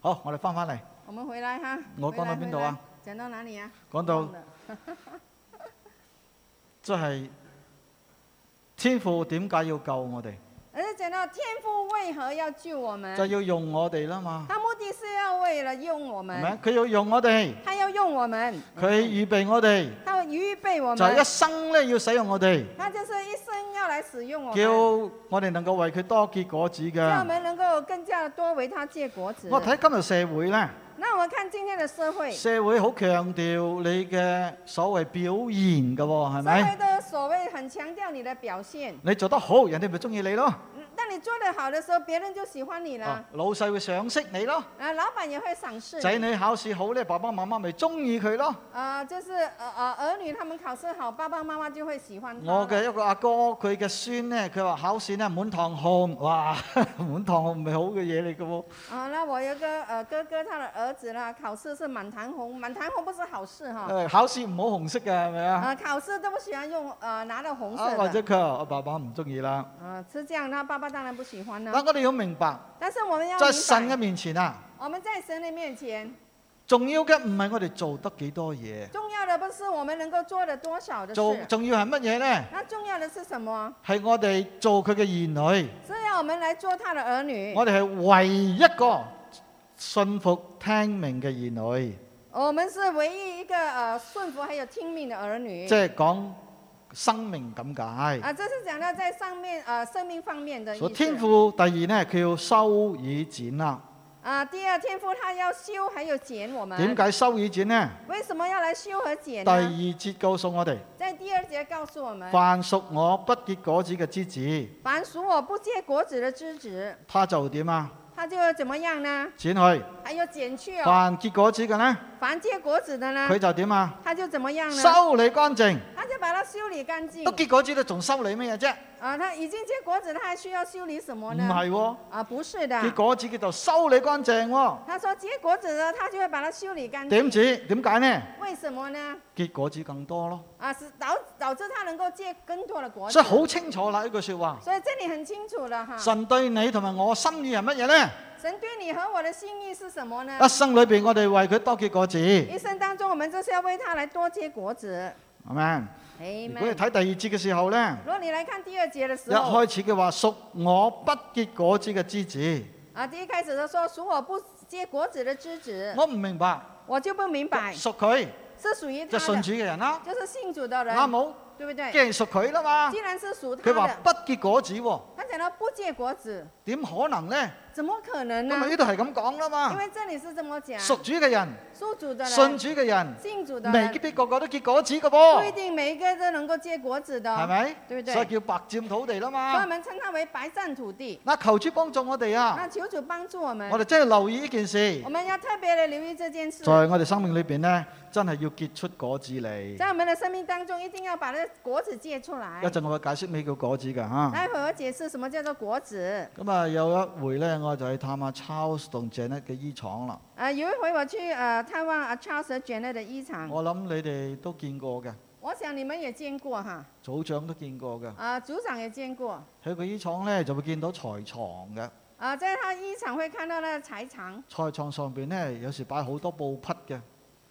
Speaker 1: 好，我哋翻返嚟，
Speaker 2: 我们回来哈。
Speaker 1: 我
Speaker 2: 回来
Speaker 1: 讲到边度啊？
Speaker 2: 回来讲到哪里啊？
Speaker 1: 講到
Speaker 2: 忘。了
Speaker 1: 即係天父點解要救我哋？
Speaker 2: 而是讲到天父为何要救我
Speaker 1: 就
Speaker 2: 们？
Speaker 1: 要用我哋啦嘛，
Speaker 2: 他目的是要为了用我
Speaker 1: 係咪
Speaker 2: 们，？
Speaker 1: 佢要用我哋，
Speaker 2: 他要用我们，
Speaker 1: 佢預備我哋，
Speaker 2: 他要预备我
Speaker 1: 就係一
Speaker 2: 们，
Speaker 1: 生咧要使用我哋，
Speaker 2: 他就是一生要来使用我
Speaker 1: 叫
Speaker 2: 们，
Speaker 1: 我哋能夠為佢多結果子
Speaker 2: 让我
Speaker 1: 嘅。
Speaker 2: 们能够更加多为他结果子。
Speaker 1: 我睇今日社會咧，
Speaker 2: 那我们看今天的社会，社
Speaker 1: 社會好強調你嘅所謂表現嘅喎，係
Speaker 2: 会
Speaker 1: 咪？
Speaker 2: 的所谓很强调你的表现，
Speaker 1: 你做得好，人哋咪中意你咯。
Speaker 2: 嗯当当你做得好的时候，别人就喜欢你
Speaker 1: 啊
Speaker 2: 啦。
Speaker 1: 老細會賞識你咯，
Speaker 2: 啊，老板也会赏识
Speaker 1: 仔
Speaker 2: 你。
Speaker 1: 女考試好咧，爸爸媽媽咪中意佢咯。
Speaker 2: 啊、就是呃呃，儿女他们考试好，爸爸妈妈就会喜欢他。
Speaker 1: 我嘅一個阿哥，佢嘅孫咧，佢話考試咧滿堂紅，哇， 滿堂紅唔係好嘅嘢嚟嘅喎。
Speaker 2: 啊，那我有个呃哥哥，他的儿子啦，考试是满堂红，满堂红不是好事哈。
Speaker 1: 誒考試唔好紅色嘅係咪啊？
Speaker 2: 啊，考试都不喜欢用呃拿到红
Speaker 1: 啊
Speaker 2: 色
Speaker 1: 或者
Speaker 2: 的。
Speaker 1: 佢話我爸爸唔中意啦。
Speaker 2: 啊，是这样，那爸爸当然不喜欢啦
Speaker 1: 但。我哋要明白，
Speaker 2: 但是我们要
Speaker 1: 啊在神
Speaker 2: 明
Speaker 1: 嘅
Speaker 2: 白，
Speaker 1: 面前啊，
Speaker 2: 我们在神的面前，
Speaker 1: 重要嘅唔係我哋做得幾多嘢，
Speaker 2: 重要的不是我们能够做的多少的
Speaker 1: 做
Speaker 2: 事，
Speaker 1: 重要係乜嘢呢？
Speaker 2: 那重要的是什么？
Speaker 1: 係我哋做佢嘅兒女，
Speaker 2: 是要我们来做他的儿女。
Speaker 1: 我哋係唯一一個信服聽命嘅兒女，
Speaker 2: 我们是唯一一个呃顺服还有听命的儿女
Speaker 1: 即。係講生命咁解。
Speaker 2: 啊，这是讲到在上面呃生命方面的
Speaker 1: 所以
Speaker 2: 意
Speaker 1: 天
Speaker 2: 思。
Speaker 1: 父第二呢，佢要修耳展啦。
Speaker 2: 啊，第二天父他要修还有减我
Speaker 1: 點
Speaker 2: 们。
Speaker 1: 解修耳展呢？
Speaker 2: 为什么要来修和减
Speaker 1: 第
Speaker 2: 呢？
Speaker 1: 二節告訴我哋，
Speaker 2: 在第二节告诉我们，
Speaker 1: 凡屬我不結果子嘅枝子，
Speaker 2: 凡属我不结果子的枝子，
Speaker 1: 他就點啊？
Speaker 2: 它就怎么样呢？
Speaker 1: 剪去。
Speaker 2: 还有减去哦。
Speaker 1: 凡結果子嘅呢，
Speaker 2: 凡结果子的呢
Speaker 1: 佢，就點啊？
Speaker 2: 它就怎么样呢？
Speaker 1: 修理乾淨。
Speaker 2: 它就把它修理干净
Speaker 1: 都。結果子你仲修理咩嘢啫？
Speaker 2: 啊，它已经结果子，它还需要修理什么
Speaker 1: 唔
Speaker 2: 呢？
Speaker 1: 係喎，
Speaker 2: 啊，不是的。
Speaker 1: 結果子佢就修理乾淨喎。
Speaker 2: 他说结果子呢，他就会把它修理干
Speaker 1: 點
Speaker 2: 净。
Speaker 1: 止？點解呢？
Speaker 2: 为什么呢？
Speaker 1: 結果子更多咯。
Speaker 2: 啊，是导导致他能够结更多的果子
Speaker 1: 所以。好清楚啦，呢句説話。
Speaker 2: 所以这里很清楚了哈，
Speaker 1: 神對你同埋我心意係乜嘢呢？
Speaker 2: 神对你和我的心意是什么呢？
Speaker 1: 一生裏邊，我哋為佢多結果子，係
Speaker 2: 一生当中，我们就是要为他来多结果子。
Speaker 1: 咪？
Speaker 2: 哎
Speaker 1: 如果你睇第二節嘅時候呢。
Speaker 2: 如果你来看第二节的
Speaker 1: 一
Speaker 2: 时候，
Speaker 1: 開始嘅話，屬我不結果子嘅枝子，
Speaker 2: 啊，第一开始的说属我不结果子的枝子，
Speaker 1: 我唔明白，
Speaker 2: 我就不明白，
Speaker 1: 屬佢
Speaker 2: 是属于
Speaker 1: 就
Speaker 2: 他
Speaker 1: 信
Speaker 2: 的，
Speaker 1: 主嘅人啦，
Speaker 2: 就是信主的人，
Speaker 1: 啱冇？
Speaker 2: 对不
Speaker 1: 既
Speaker 2: 对？
Speaker 1: 然屬佢啦嘛
Speaker 2: 既，然是属他
Speaker 1: 佢話
Speaker 2: 的，
Speaker 1: 不結果子喎，
Speaker 2: 他讲到不结果子，
Speaker 1: 點可能呢？
Speaker 2: 怎么可能
Speaker 1: 因
Speaker 2: 呢？
Speaker 1: 為呢度係咁講啦
Speaker 2: 因啊
Speaker 1: 嘛，
Speaker 2: 为这里是这么讲，
Speaker 1: 屬主嘅人、
Speaker 2: 属主的
Speaker 1: 信
Speaker 2: 人、
Speaker 1: 主嘅人，
Speaker 2: 信主的
Speaker 1: 未
Speaker 2: 人，
Speaker 1: 必個個都結果子嘅
Speaker 2: 不一
Speaker 1: 噃，
Speaker 2: 定每一个都能够结果子的，
Speaker 1: 係
Speaker 2: 所
Speaker 1: 咪？
Speaker 2: 對對
Speaker 1: 所以叫白佔土地啦
Speaker 2: 以我
Speaker 1: 嘛。
Speaker 2: 们称它为白占土地。
Speaker 1: 嗱，求主幫助我哋啊！
Speaker 2: 那求主帮助我们
Speaker 1: 我，哋真係留意呢件事
Speaker 2: 我，们要特别的留意这件事，
Speaker 1: 在我哋生命裏邊呢，真係要結出果子嚟。
Speaker 2: 在我们的生命当中一定要把那果子结出来
Speaker 1: 一。陣我會解釋咩叫果子㗎嚇。
Speaker 2: 待会我解释什么叫做果子。
Speaker 1: 咁啊，有一回咧，我就去探下 Charles 同 Janet 嘅衣廠啦。
Speaker 2: 呃，有一回我去呃探望阿 Charles 和 Janet 的衣厂，
Speaker 1: 我諗你哋都見過嘅，
Speaker 2: 我想你们也见过哈，
Speaker 1: 組長都見過嘅。
Speaker 2: 啊、组长也见过，
Speaker 1: 喺個衣廠咧就會見到裁床嘅，
Speaker 2: 啊、在他衣厂会看到那个柴床，
Speaker 1: 裁床上邊咧有時擺好多布匹嘅，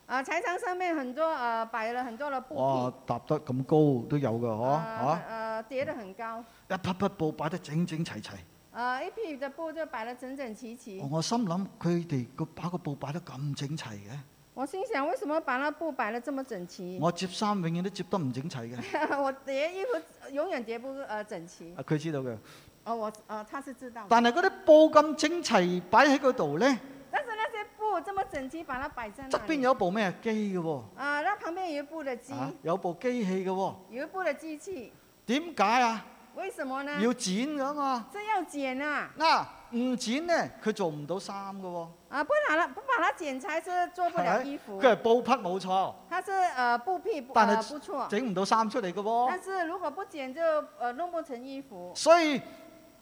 Speaker 2: 啊、柴床上面很多呃摆了很多的布
Speaker 1: 哇
Speaker 2: 匹，，
Speaker 1: 搭得咁高都有嘅，嗬、
Speaker 2: 啊呃叠得很高，
Speaker 1: 嚇一匹匹布擺得整整齊齊。
Speaker 2: 呃一匹的布就摆得整整齐齐。
Speaker 1: 我心諗佢哋個把個布擺得咁整齊嘅，
Speaker 2: 我心想，为什么把那布摆得这么整齐？
Speaker 1: 我摺衫永遠都摺得唔整齊嘅。
Speaker 2: 我叠衣服永远叠不呃整齐。
Speaker 1: 啊佢知道嘅，
Speaker 2: 哦，我呃他是知道的，
Speaker 1: 但係嗰啲布咁整齊擺喺嗰度咧，
Speaker 2: 但是那些布这么整齐把它摆在
Speaker 1: 側
Speaker 2: 那
Speaker 1: 邊
Speaker 2: 里。
Speaker 1: 有一部咩機嘅喎。
Speaker 2: 啊，那旁边有一部的机，
Speaker 1: 啊有部機器嘅喎、
Speaker 2: 有一部的机器，
Speaker 1: 點解啊？
Speaker 2: 为什么呢？
Speaker 1: 要剪㗎嘛，
Speaker 2: 这要剪啊，
Speaker 1: 嗱、唔剪呢，佢做唔到衫嘅喎，
Speaker 2: 啊，不拿了，不把它剪裁是做不
Speaker 1: 哎
Speaker 2: 了衣服
Speaker 1: 佢。係布匹冇錯，
Speaker 2: 它是呃布匹不
Speaker 1: 但是
Speaker 2: 呃不错，
Speaker 1: 整唔到衫出嚟嘅喎。
Speaker 2: 但是如果不剪就呃弄不成衣服。
Speaker 1: 所以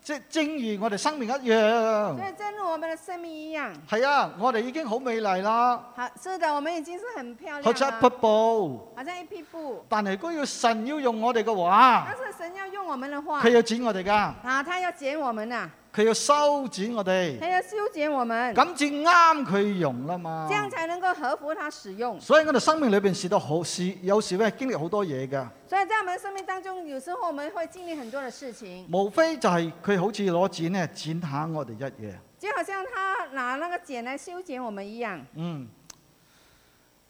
Speaker 1: 即正如我哋生命一
Speaker 2: 所
Speaker 1: 樣，
Speaker 2: 以正如我们的生命一样，
Speaker 1: 係啊，我哋已經好美麗啦，
Speaker 2: 好是的，我们已经是很漂
Speaker 1: 好
Speaker 2: 亮
Speaker 1: 似一
Speaker 2: 了，
Speaker 1: 匹布，
Speaker 2: 好像一匹布。
Speaker 1: 但係如果要神要用我哋嘅話，
Speaker 2: 但是神要用我们的话
Speaker 1: 佢，要剪我哋㗎，
Speaker 2: 啊，他要剪我们呐、
Speaker 1: 佢要修剪我哋，
Speaker 2: 他要修剪我们，
Speaker 1: 咁至啱佢用啦嘛
Speaker 2: 这。样才能够合乎他使用。
Speaker 1: 所以我哋生命裏邊試到好試，有時咧經歷好多嘢㗎。
Speaker 2: 所以在我们生命当中，有时候我们会经历很多的事情，
Speaker 1: 無非就係佢好似攞剪咧剪下我哋一嘢。
Speaker 2: 就好像他拿那个剪来修剪我们一样。
Speaker 1: 嗯，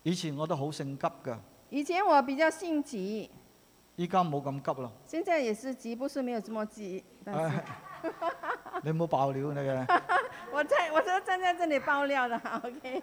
Speaker 1: 以前我都好性急㗎，
Speaker 2: 以前我比较性急，
Speaker 1: 依家冇咁急啦。
Speaker 2: 现在也是急，不是没有这么急。但是
Speaker 1: 唉 你冇爆料你嘅。
Speaker 2: 我在我就站在这里爆料的 ，OK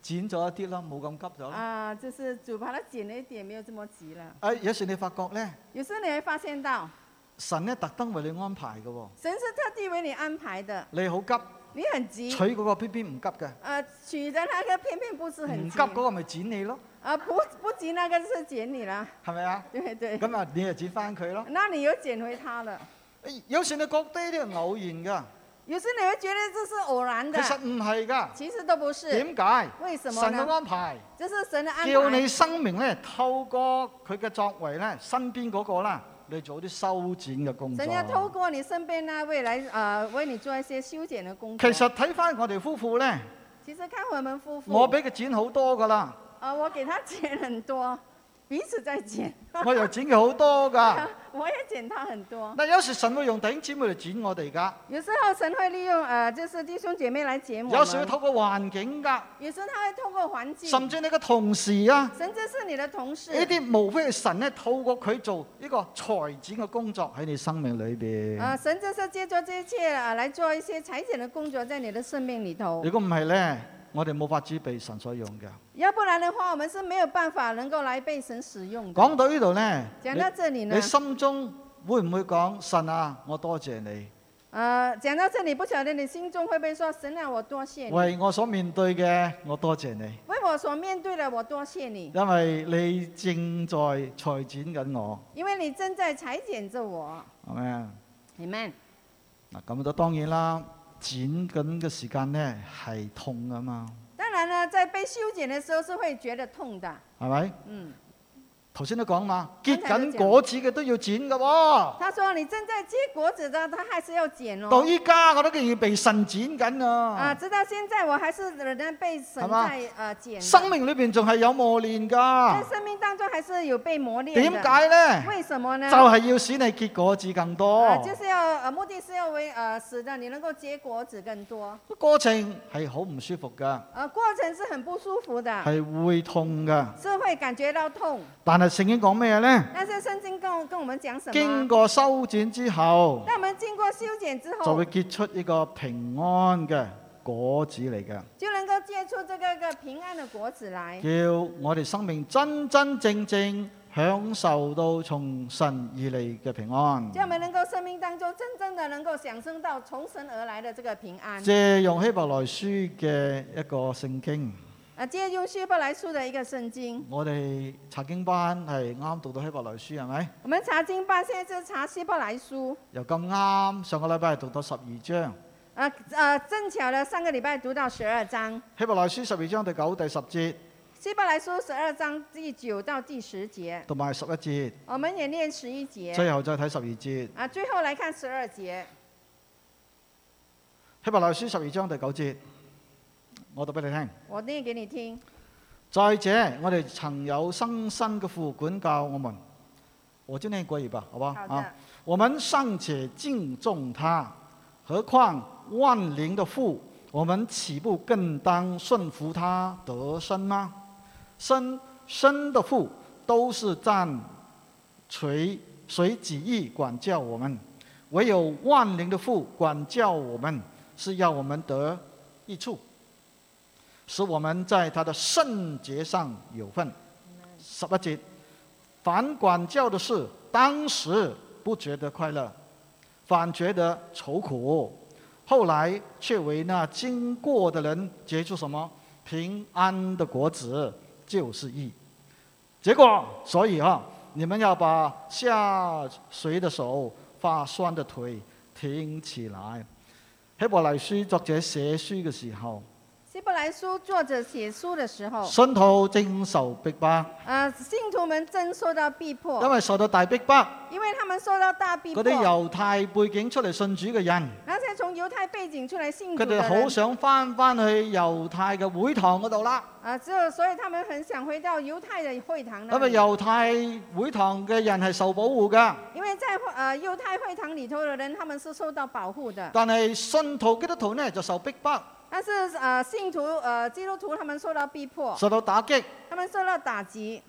Speaker 1: 剪咗一啲啦，冇咁急咗啦。
Speaker 2: 啊，就是主把它剪了一点，没有这么急了。
Speaker 1: 誒，有時你發覺咧，
Speaker 2: 有时你会发现到
Speaker 1: 神咧特登為你安排嘅喎，
Speaker 2: 神是特地为你安排的，
Speaker 1: 你好急，
Speaker 2: 你很急，
Speaker 1: 娶嗰個偏偏唔急嘅，
Speaker 2: 呃，娶的那个偏偏不是
Speaker 1: 唔
Speaker 2: 很
Speaker 1: 急
Speaker 2: 急，
Speaker 1: 嗰個咪剪你咯，
Speaker 2: 啊，不不急那个是捡你了，
Speaker 1: 係咪啊？
Speaker 2: 对对，
Speaker 1: 咁啊，你就剪翻佢咯。
Speaker 2: 那你又捡回他了。
Speaker 1: 誒有時你覺得呢啲係偶然
Speaker 2: 有时你会觉得这是偶然
Speaker 1: 㗎，
Speaker 2: 的
Speaker 1: 其，實唔係㗎。
Speaker 2: 其實都不是。
Speaker 1: 點解？
Speaker 2: 为什
Speaker 1: 神
Speaker 2: 么
Speaker 1: 嘅
Speaker 2: 呢？
Speaker 1: 安排，
Speaker 2: 这是神的安
Speaker 1: 叫
Speaker 2: 排
Speaker 1: 你，生命咧透過佢嘅作為咧，身邊嗰個啦，你做啲修剪嘅工作
Speaker 2: 神。要透過你身边那位来呃为你做一些修剪的工
Speaker 1: 其
Speaker 2: 作。
Speaker 1: 實睇翻我哋夫婦咧，
Speaker 2: 其实看我们夫妇，
Speaker 1: 我俾佢剪好多㗎 啦，
Speaker 2: 呃我给他剪很多，彼此在剪，
Speaker 1: 我 又剪佢好多㗎。
Speaker 2: 我也剪他很多。
Speaker 1: 嗱，有時神會用弟兄姊妹嚟剪我哋㗎，
Speaker 2: 有时候神会利用呃就是弟兄姐妹来剪我
Speaker 1: 有時會
Speaker 2: 们，
Speaker 1: 透過環境㗎，
Speaker 2: 有时候他会透过环境，
Speaker 1: 甚至你嘅同事啊，
Speaker 2: 甚至是你的同事
Speaker 1: 呢。啲無非係神咧透過佢做呢個裁剪嘅工作喺你生命裏邊。
Speaker 2: 啊，神就是借助这一切啊来做一些裁剪的工作，在你的生命里头。
Speaker 1: 如果唔係咧，我哋冇法子被神所用嘅。
Speaker 2: 要不然的话，我们是没有办法能够来被神使用的。
Speaker 1: 講到呢度咧，
Speaker 2: 讲到
Speaker 1: 你
Speaker 2: 这里呢
Speaker 1: 你，心中會唔會講神啊？我多謝你，
Speaker 2: 呃，讲到这里，不晓得你心中会不会说：“神啊，我多谢你，
Speaker 1: 為我所面對嘅，我多謝你，
Speaker 2: 为我所面对的，我多谢你，
Speaker 1: 因為你正在裁剪緊我，
Speaker 2: 因为你正在裁剪着我。
Speaker 1: 係咪啊？
Speaker 2: ”Amen。
Speaker 1: 嗱，咁就當然啦，剪緊嘅時間咧係痛噶嘛，
Speaker 2: 当然呢，在被修剪的时候是会觉得痛的。
Speaker 1: 係咪？
Speaker 2: 嗯，
Speaker 1: 頭先都講嘛，
Speaker 2: 剛
Speaker 1: 結
Speaker 2: 才都
Speaker 1: 緊果子嘅都要剪嘅喎。
Speaker 2: 他说你正在结果子的，他还是要剪
Speaker 1: 到
Speaker 2: 哦。
Speaker 1: 依家我都仍然被神剪緊
Speaker 2: 啊，
Speaker 1: 啊！
Speaker 2: 直到现在我还是仍然被神
Speaker 1: 好吧
Speaker 2: 在呃剪的，
Speaker 1: 生命裏啊邊仲係有磨練
Speaker 2: 在
Speaker 1: 㗎，
Speaker 2: 生命当中还是有被磨练
Speaker 1: 點
Speaker 2: 的。
Speaker 1: 解咧？
Speaker 2: 为什么呢？
Speaker 1: 就係要使你結果子更
Speaker 2: 呃，
Speaker 1: 多。
Speaker 2: 就是要呃，目的是要为呃，使得你能够结果子更多。
Speaker 1: 過程係好唔舒服噶，
Speaker 2: 呃，过程是很不舒服的，
Speaker 1: 係會痛噶。
Speaker 2: 是會感覺到痛。
Speaker 1: 但係聖經講咩呢？
Speaker 2: 但是圣经跟我跟我們講什
Speaker 1: 經
Speaker 2: 麼？
Speaker 1: 過修剪之後，
Speaker 2: 那我們經過修剪之
Speaker 1: 就會
Speaker 2: 後，
Speaker 1: 結出呢個平安嘅果子嚟嘅，
Speaker 2: 就能夠結出這個個平安的果子來，
Speaker 1: 叫我哋生命真真正正享受到從神而嚟嘅平安
Speaker 2: 叫。我們能夠生命當中真正的能夠享受到從神而來的這個平安。
Speaker 1: 借用希伯來書嘅一個聖經，
Speaker 2: 啊，借用希伯來書的一個聖經，
Speaker 1: 我哋查經班係啱讀到希伯來書係咪？
Speaker 2: 我們查經班現在是查希伯來書。
Speaker 1: 又咁啱上個禮拜係讀到十二章。
Speaker 2: 啊啊，正巧呢，上個禮拜讀到十二章。
Speaker 1: 希伯來書十二章第九、第十節
Speaker 2: 希伯來書十二章第九到第十节，
Speaker 1: 同埋十一節，
Speaker 2: 我們也念十一节
Speaker 1: 最後再睇十二節。
Speaker 2: 啊，最后来看十二节。
Speaker 1: 希伯來書十二章第九節，我讀俾你聽。
Speaker 2: 我念给你听。
Speaker 1: 再者，我哋曾有生身嘅父管教我們，我就念國語吧，好吧？
Speaker 2: 好
Speaker 1: 啊
Speaker 2: 的，，
Speaker 1: 我們尚且敬重他，何況萬靈的父，我們豈不更當順服他得生嗎？生生的父都是暂随随己意管教我们，唯有万灵的父管教我们，是要我们得益处，使我们在他的圣洁上有份。十八节，凡管教的事，当时不觉得快乐，反觉得愁苦，后来却为那经过的人结出什么平安的果子，就是义。结果，所以啊，你们要把下垂的手、发酸的腿挺起来。希伯来书作者寫書嘅時候，
Speaker 2: 希伯来书作者写书的时候，
Speaker 1: 信徒正受逼迫，
Speaker 2: 呃，信徒们正受到逼
Speaker 1: 因
Speaker 2: 迫，
Speaker 1: 為受到大逼迫，
Speaker 2: 因为他们受到大逼
Speaker 1: 嗰
Speaker 2: 迫。
Speaker 1: 啲猶太背景出嚟信主嘅人，
Speaker 2: 那些从猶太背景出來信
Speaker 1: 佢
Speaker 2: 主的
Speaker 1: 哋好
Speaker 2: 人，
Speaker 1: 想翻翻去猶太嘅會堂嗰度啦，
Speaker 2: 啊，就所以他们很想回到猶太的会堂那
Speaker 1: 因為
Speaker 2: 里，
Speaker 1: 猶太會堂嘅人係受保護㗎。
Speaker 2: 因为在呃猶太会堂里头的人，他们是受到保护的。
Speaker 1: 但係信徒基督徒呢就受逼迫，
Speaker 2: 但是呃信徒呃基督徒他们受到逼迫，
Speaker 1: 受到打擊。
Speaker 2: 他们受到打擊。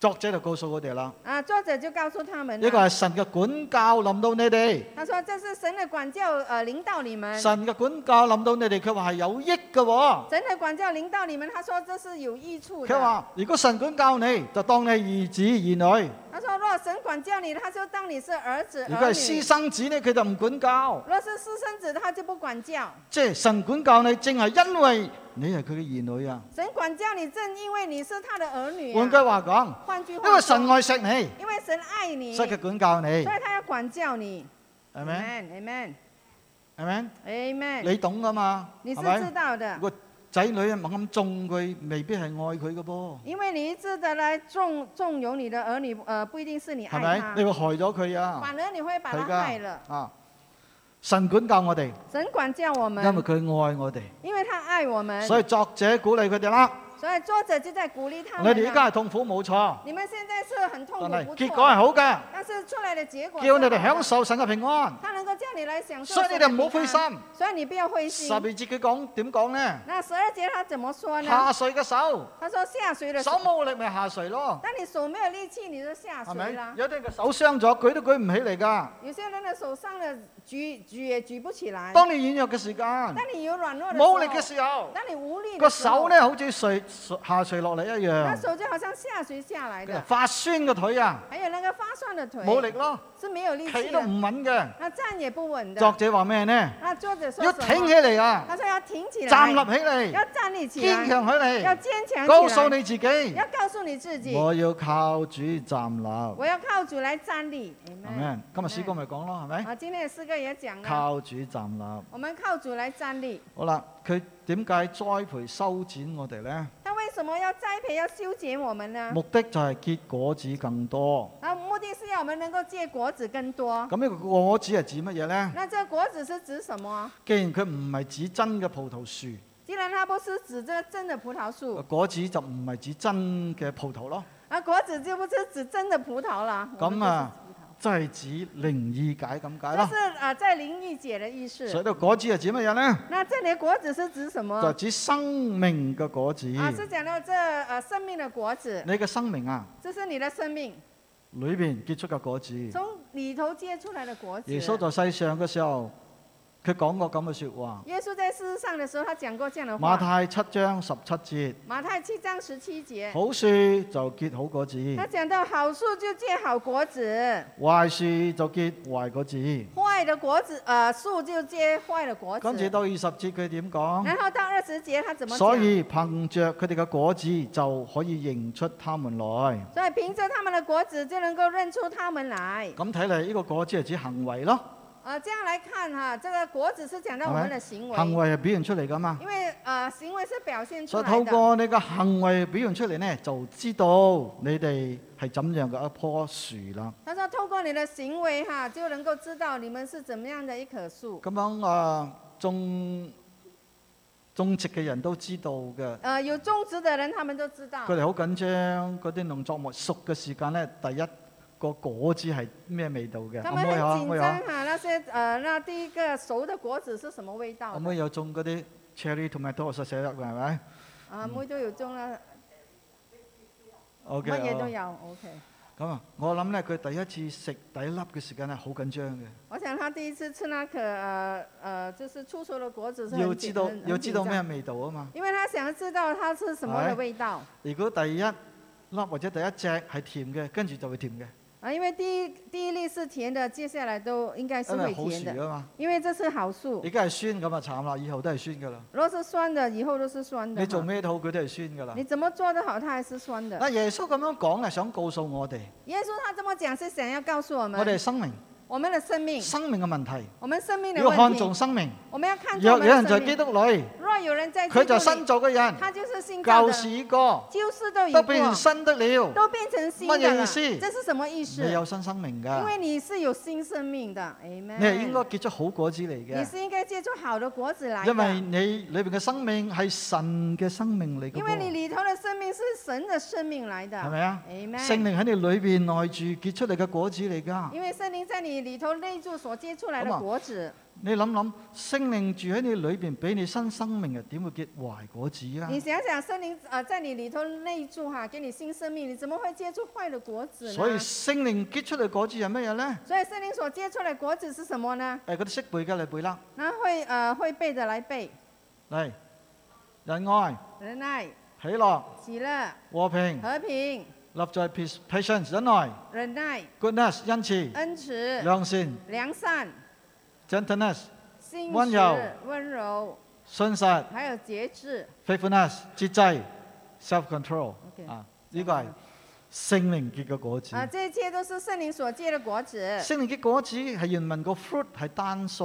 Speaker 1: 作者就告訴我哋啦，
Speaker 2: 啊，作者就告訴他们
Speaker 1: 呢個
Speaker 2: 了，
Speaker 1: 係神嘅管教臨到你哋，
Speaker 2: 他说这是神的管教，呃，领导你们，
Speaker 1: 神嘅管教臨到你哋，佢話係有益嘅喎。
Speaker 2: 神的管教领导你们，他说这是有益处
Speaker 1: 佢
Speaker 2: 的。
Speaker 1: 話：如果神管教你，就當你係兒子兒女，
Speaker 2: 他说：若神管教你，他就当你是儿子
Speaker 1: 如
Speaker 2: 儿
Speaker 1: 果係私
Speaker 2: 女；
Speaker 1: 生子呢，佢就唔管教。
Speaker 2: 若是私生子，他就不管教。
Speaker 1: 即係神管教你，正係因為你係佢嘅兒女啊。
Speaker 2: 神管教你，正因为你是他的儿女、
Speaker 1: 換句
Speaker 2: 啊。
Speaker 1: 話講，
Speaker 2: 换句
Speaker 1: 因
Speaker 2: 话
Speaker 1: 為
Speaker 2: 说，
Speaker 1: 神愛錫你，
Speaker 2: 因为神爱你，
Speaker 1: 所
Speaker 2: 所
Speaker 1: 以佢管教你，
Speaker 2: 以他要管教你。
Speaker 1: 係咪？
Speaker 2: Amen，Amen，Amen。
Speaker 1: 係咪？
Speaker 2: Amen，Amen，
Speaker 1: 你懂噶嘛？
Speaker 2: 你是
Speaker 1: 係
Speaker 2: 知
Speaker 1: 咪？
Speaker 2: 道的，
Speaker 1: 個仔女啊，猛咁中佢，未必係愛佢嘅噃，
Speaker 2: 因为你一直的来纵纵容你的儿女，呃，不一定是你
Speaker 1: 係
Speaker 2: 爱
Speaker 1: 咪？
Speaker 2: 他
Speaker 1: 你，會害咗佢啊，À.
Speaker 2: 反而你会把他
Speaker 1: 係
Speaker 2: 害了。
Speaker 1: 㗎啊！神管教我哋，
Speaker 2: 神管教我
Speaker 1: 因
Speaker 2: 们
Speaker 1: 為，佢愛我哋，
Speaker 2: 因为他爱我们，
Speaker 1: 所以作者鼓勵佢哋啦。
Speaker 2: 所以作者就在鼓励他
Speaker 1: 你
Speaker 2: 们
Speaker 1: 哋而
Speaker 2: 啊。
Speaker 1: 家係痛苦冇錯，
Speaker 2: 你们现在是很痛
Speaker 1: 但
Speaker 2: 苦，
Speaker 1: 係
Speaker 2: 不
Speaker 1: 結果係
Speaker 2: 错，
Speaker 1: 好嘅，
Speaker 2: 但是出来的结果是
Speaker 1: 叫
Speaker 2: 好
Speaker 1: 你
Speaker 2: 的，
Speaker 1: 哋享受神嘅平安。
Speaker 2: 他能够叫你来享受
Speaker 1: 所以你哋
Speaker 2: 神
Speaker 1: 唔
Speaker 2: 的
Speaker 1: 好
Speaker 2: 平
Speaker 1: 灰
Speaker 2: 安
Speaker 1: 心。
Speaker 2: 所以你不要灰心
Speaker 1: 十。二節佢講點講呢？
Speaker 2: 那十二节他怎么说呢？
Speaker 1: 下垂嘅手，
Speaker 2: 他说下垂的
Speaker 1: 手
Speaker 2: 时候，
Speaker 1: 冇力咪下垂咯，
Speaker 2: 当你手没有力气，你就下
Speaker 1: 係
Speaker 2: 垂
Speaker 1: 咪？
Speaker 2: 啦。
Speaker 1: 有啲人嘅手傷咗，舉都舉唔起嚟㗎。
Speaker 2: 有些人的手上的举举也举不起来。
Speaker 1: 當你軟弱嘅時間，
Speaker 2: 当你有軟弱的时候，
Speaker 1: 冇力嘅時候，
Speaker 2: 当你無力
Speaker 1: 個
Speaker 2: 的时候
Speaker 1: 手，呢好似垂下垂落嚟一
Speaker 2: 那
Speaker 1: 樣，
Speaker 2: 手就好像下垂下来的，
Speaker 1: 發酸嘅腿啊，
Speaker 2: 还有那个发酸的腿，
Speaker 1: 冇力咯，
Speaker 2: 是没有力
Speaker 1: 企
Speaker 2: 气
Speaker 1: 都
Speaker 2: 的，
Speaker 1: 唔穩嘅。
Speaker 2: 那站也不稳
Speaker 1: 作
Speaker 2: 的。
Speaker 1: 者話咩呢？
Speaker 2: 那作者说
Speaker 1: 要
Speaker 2: 什
Speaker 1: 挺起
Speaker 2: 么？
Speaker 1: 嚟啊，
Speaker 2: 他说要挺起
Speaker 1: 站
Speaker 2: 来，
Speaker 1: 立起嚟，
Speaker 2: 要站立起
Speaker 1: 堅
Speaker 2: 来，
Speaker 1: 強起
Speaker 2: 要
Speaker 1: 嚟，
Speaker 2: 坚强
Speaker 1: 告
Speaker 2: 起
Speaker 1: 訴
Speaker 2: 来，
Speaker 1: 你自己，
Speaker 2: 要告诉你自己，
Speaker 1: 我要靠主站立。
Speaker 2: 我要靠主来站立。
Speaker 1: 係咪
Speaker 2: Amen？
Speaker 1: 今日詩歌咪講咯，係咪？
Speaker 2: 啊，今天的诗歌也讲了，
Speaker 1: 靠主站立。
Speaker 2: 我们靠主来站立。
Speaker 1: 好啦，佢點解栽培修剪我哋呢？
Speaker 2: 他为什么要栽培、要修剪我们呢？
Speaker 1: 目的就係結果子更多。
Speaker 2: 那啊目的是要我们能够结果子更多。
Speaker 1: 咁呢個果子係指乜嘢呢？
Speaker 2: 那这果子是指什么？啊
Speaker 1: 既然佢唔係指真嘅葡萄樹，
Speaker 2: 既然它不是指这个真的葡萄树，
Speaker 1: 果子就唔係指真嘅葡萄咯，
Speaker 2: 那果子就不是指真的葡萄了。我们
Speaker 1: 呃咁啊
Speaker 2: 就是葡
Speaker 1: 即係指靈意解咁解
Speaker 2: 萄，
Speaker 1: 啦
Speaker 2: 这。是啊，在灵异解的意
Speaker 1: 所以
Speaker 2: 思。
Speaker 1: 呢個果子係指乜嘢呢？
Speaker 2: 那这里的果子是指什
Speaker 1: 就
Speaker 2: 么
Speaker 1: 係？指生命嘅果子。
Speaker 2: 啊，是讲到这呃生命的果子，
Speaker 1: 你嘅生命啊，
Speaker 2: 这是你的生命
Speaker 1: 裏邊結出嘅果子。
Speaker 2: 从里头结出来的果子。
Speaker 1: 耶穌在世上嘅時候，佢講過咁嘅説話。
Speaker 2: 耶稣在世上的时候，他讲过这样的
Speaker 1: 馬
Speaker 2: 话。
Speaker 1: 太七章十七節。
Speaker 2: 马太七章十七节，
Speaker 1: 好樹就結好果子，
Speaker 2: 他讲到好树就结好果子，
Speaker 1: 壞樹就結壞果子。
Speaker 2: 坏的果子呃树就结坏的果
Speaker 1: 跟住
Speaker 2: 子。
Speaker 1: 到二十節佢點講？
Speaker 2: 然后到二十节他怎么
Speaker 1: 所
Speaker 2: 讲？
Speaker 1: 以憑着佢哋嘅果子就可以認出他們來。
Speaker 2: 所以凭着他们的果子就能够认出他们来。
Speaker 1: 咁睇嚟呢個果子係指行為咯，
Speaker 2: 呃，这样来看哈，这个果子是讲到我们的行为，
Speaker 1: 行為係表現出嚟噶嘛。
Speaker 2: 因为呃，行为是表现出
Speaker 1: 所以
Speaker 2: 来
Speaker 1: 透
Speaker 2: 的。
Speaker 1: 過你嘅行為表現出嚟呢，就知道你哋係怎樣嘅一棵樹啦。
Speaker 2: 他说，透过你的行为哈，就能够知道你们是怎么样的一棵树。
Speaker 1: 咁樣啊，種種植嘅人都知道嘅。
Speaker 2: 呃，有种植的人，他们都知道
Speaker 1: 佢，哋好緊張，嗰啲農作物熟嘅時間咧，第一個果子係咩味道嘅？
Speaker 2: 他
Speaker 1: 阿
Speaker 2: 们
Speaker 1: 妹
Speaker 2: 很
Speaker 1: 啊，
Speaker 2: 紧
Speaker 1: 阿妹
Speaker 2: 张
Speaker 1: 啊，
Speaker 2: 哈。那些呃，那第一个熟的果子是什么味道
Speaker 1: 阿
Speaker 2: 的？
Speaker 1: 妹有種嗰啲 cherry tomato 細細粒嘅係咪
Speaker 2: 啊，木都有种了，
Speaker 1: 嗯？OK，
Speaker 2: 乜嘢都
Speaker 1: 哦
Speaker 2: 有。OK，
Speaker 1: 咁啊，我諗咧，佢第一次食第一粒嘅時間咧，好緊張嘅，
Speaker 2: 我想他第一次吃那颗呃呃，就是出熟的果子是很
Speaker 1: 要
Speaker 2: 紧
Speaker 1: 知道
Speaker 2: 很很
Speaker 1: 要知道
Speaker 2: 紧张
Speaker 1: 咩味道啊嘛。
Speaker 2: 因为他想要知道它是什
Speaker 1: 哎
Speaker 2: 么的味道
Speaker 1: 如果第一粒或者第一隻係甜嘅，跟住就會甜嘅，
Speaker 2: 啊，因为第一第一粒是甜的，接下来都应该是
Speaker 1: 因
Speaker 2: 会
Speaker 1: 為好
Speaker 2: 甜的，
Speaker 1: 樹啊嘛。
Speaker 2: 因为这是好树
Speaker 1: 而。家係酸咁啊，慘啦，以後都係酸噶啦。
Speaker 2: 若是酸的，以后都是酸的哈。
Speaker 1: 你做咩都好，佢都係酸噶啦
Speaker 2: 你。怎么做得好，它还是酸的。
Speaker 1: 啊，耶穌咁樣講咧，想告訴我哋，
Speaker 2: 耶稣他这么讲是想要告诉我们，
Speaker 1: 我哋生命。
Speaker 2: 我们的生命，
Speaker 1: 生命嘅問題，
Speaker 2: 我们生命的
Speaker 1: 要看
Speaker 2: 问
Speaker 1: 重
Speaker 2: 题，
Speaker 1: 生命。
Speaker 2: 我们要看重
Speaker 1: 若
Speaker 2: 我
Speaker 1: 有
Speaker 2: 们
Speaker 1: 人
Speaker 2: 的
Speaker 1: 在
Speaker 2: 生
Speaker 1: 基
Speaker 2: 命。
Speaker 1: 督裏，
Speaker 2: 若有人在
Speaker 1: 佢
Speaker 2: 基督
Speaker 1: 就
Speaker 2: 里
Speaker 1: 新造嘅人，
Speaker 2: 他就是新造
Speaker 1: 舊
Speaker 2: 的，
Speaker 1: 事已過，
Speaker 2: 旧事都已
Speaker 1: 都
Speaker 2: 过，
Speaker 1: 變成新的了。
Speaker 2: 都变成新
Speaker 1: 乜嘢
Speaker 2: 的
Speaker 1: 意
Speaker 2: 了。
Speaker 1: 思
Speaker 2: 这是什么意思？
Speaker 1: 你有啊新生命
Speaker 2: 因
Speaker 1: 㗎，
Speaker 2: 为你是有新生命的
Speaker 1: 你
Speaker 2: ，Amen。
Speaker 1: 係應該結出好果子嚟
Speaker 2: 你
Speaker 1: 嘅，
Speaker 2: 是应该结出好的果子来的，
Speaker 1: 因為你裏边嘅生命係神嘅生命嚟嘅
Speaker 2: 因为你
Speaker 1: 噃，
Speaker 2: 里头的生命是神的生命来的。
Speaker 1: 係咪啊？聖
Speaker 2: Amen。
Speaker 1: 靈喺你裏边內住結出嚟嘅果子嚟㗎。
Speaker 2: 因为圣灵在你里头内住所结出来的
Speaker 1: 咁啊
Speaker 2: 果子，
Speaker 1: 你諗諗，聖靈住喺你裏边，俾你新生命啊，點會結壞果子啊
Speaker 2: 你？想想，圣灵呃在你里头内住哈、给你新生命，你怎么会结出坏的果子呢？
Speaker 1: 所以聖靈結出嚟果子係乜嘢呢？
Speaker 2: 所以圣灵所结出来的果子是什么呢？
Speaker 1: 诶，嗰啲識背嘅你背啦。
Speaker 2: 那会呃会背的来背，
Speaker 1: 嚟，仁愛、
Speaker 2: 仁爱、
Speaker 1: 喜樂、
Speaker 2: 喜乐、
Speaker 1: 和平、
Speaker 2: 和平、
Speaker 1: love joy peace patience 忍耐
Speaker 2: 忍耐、
Speaker 1: goodness 恩慈
Speaker 2: 恩慈、
Speaker 1: 良善
Speaker 2: 良善、
Speaker 1: gentleness
Speaker 2: 信
Speaker 1: 温
Speaker 2: 实
Speaker 1: 柔、
Speaker 2: 温柔，
Speaker 1: 信實
Speaker 2: 还有节制。
Speaker 1: faithfulness 節制 self control
Speaker 2: OK À,
Speaker 1: 啊，呢個係聖靈結嘅果子。
Speaker 2: 啊，这一切都是圣灵所结的果子。
Speaker 1: 聖靈結果子係原文個 fruit 係單數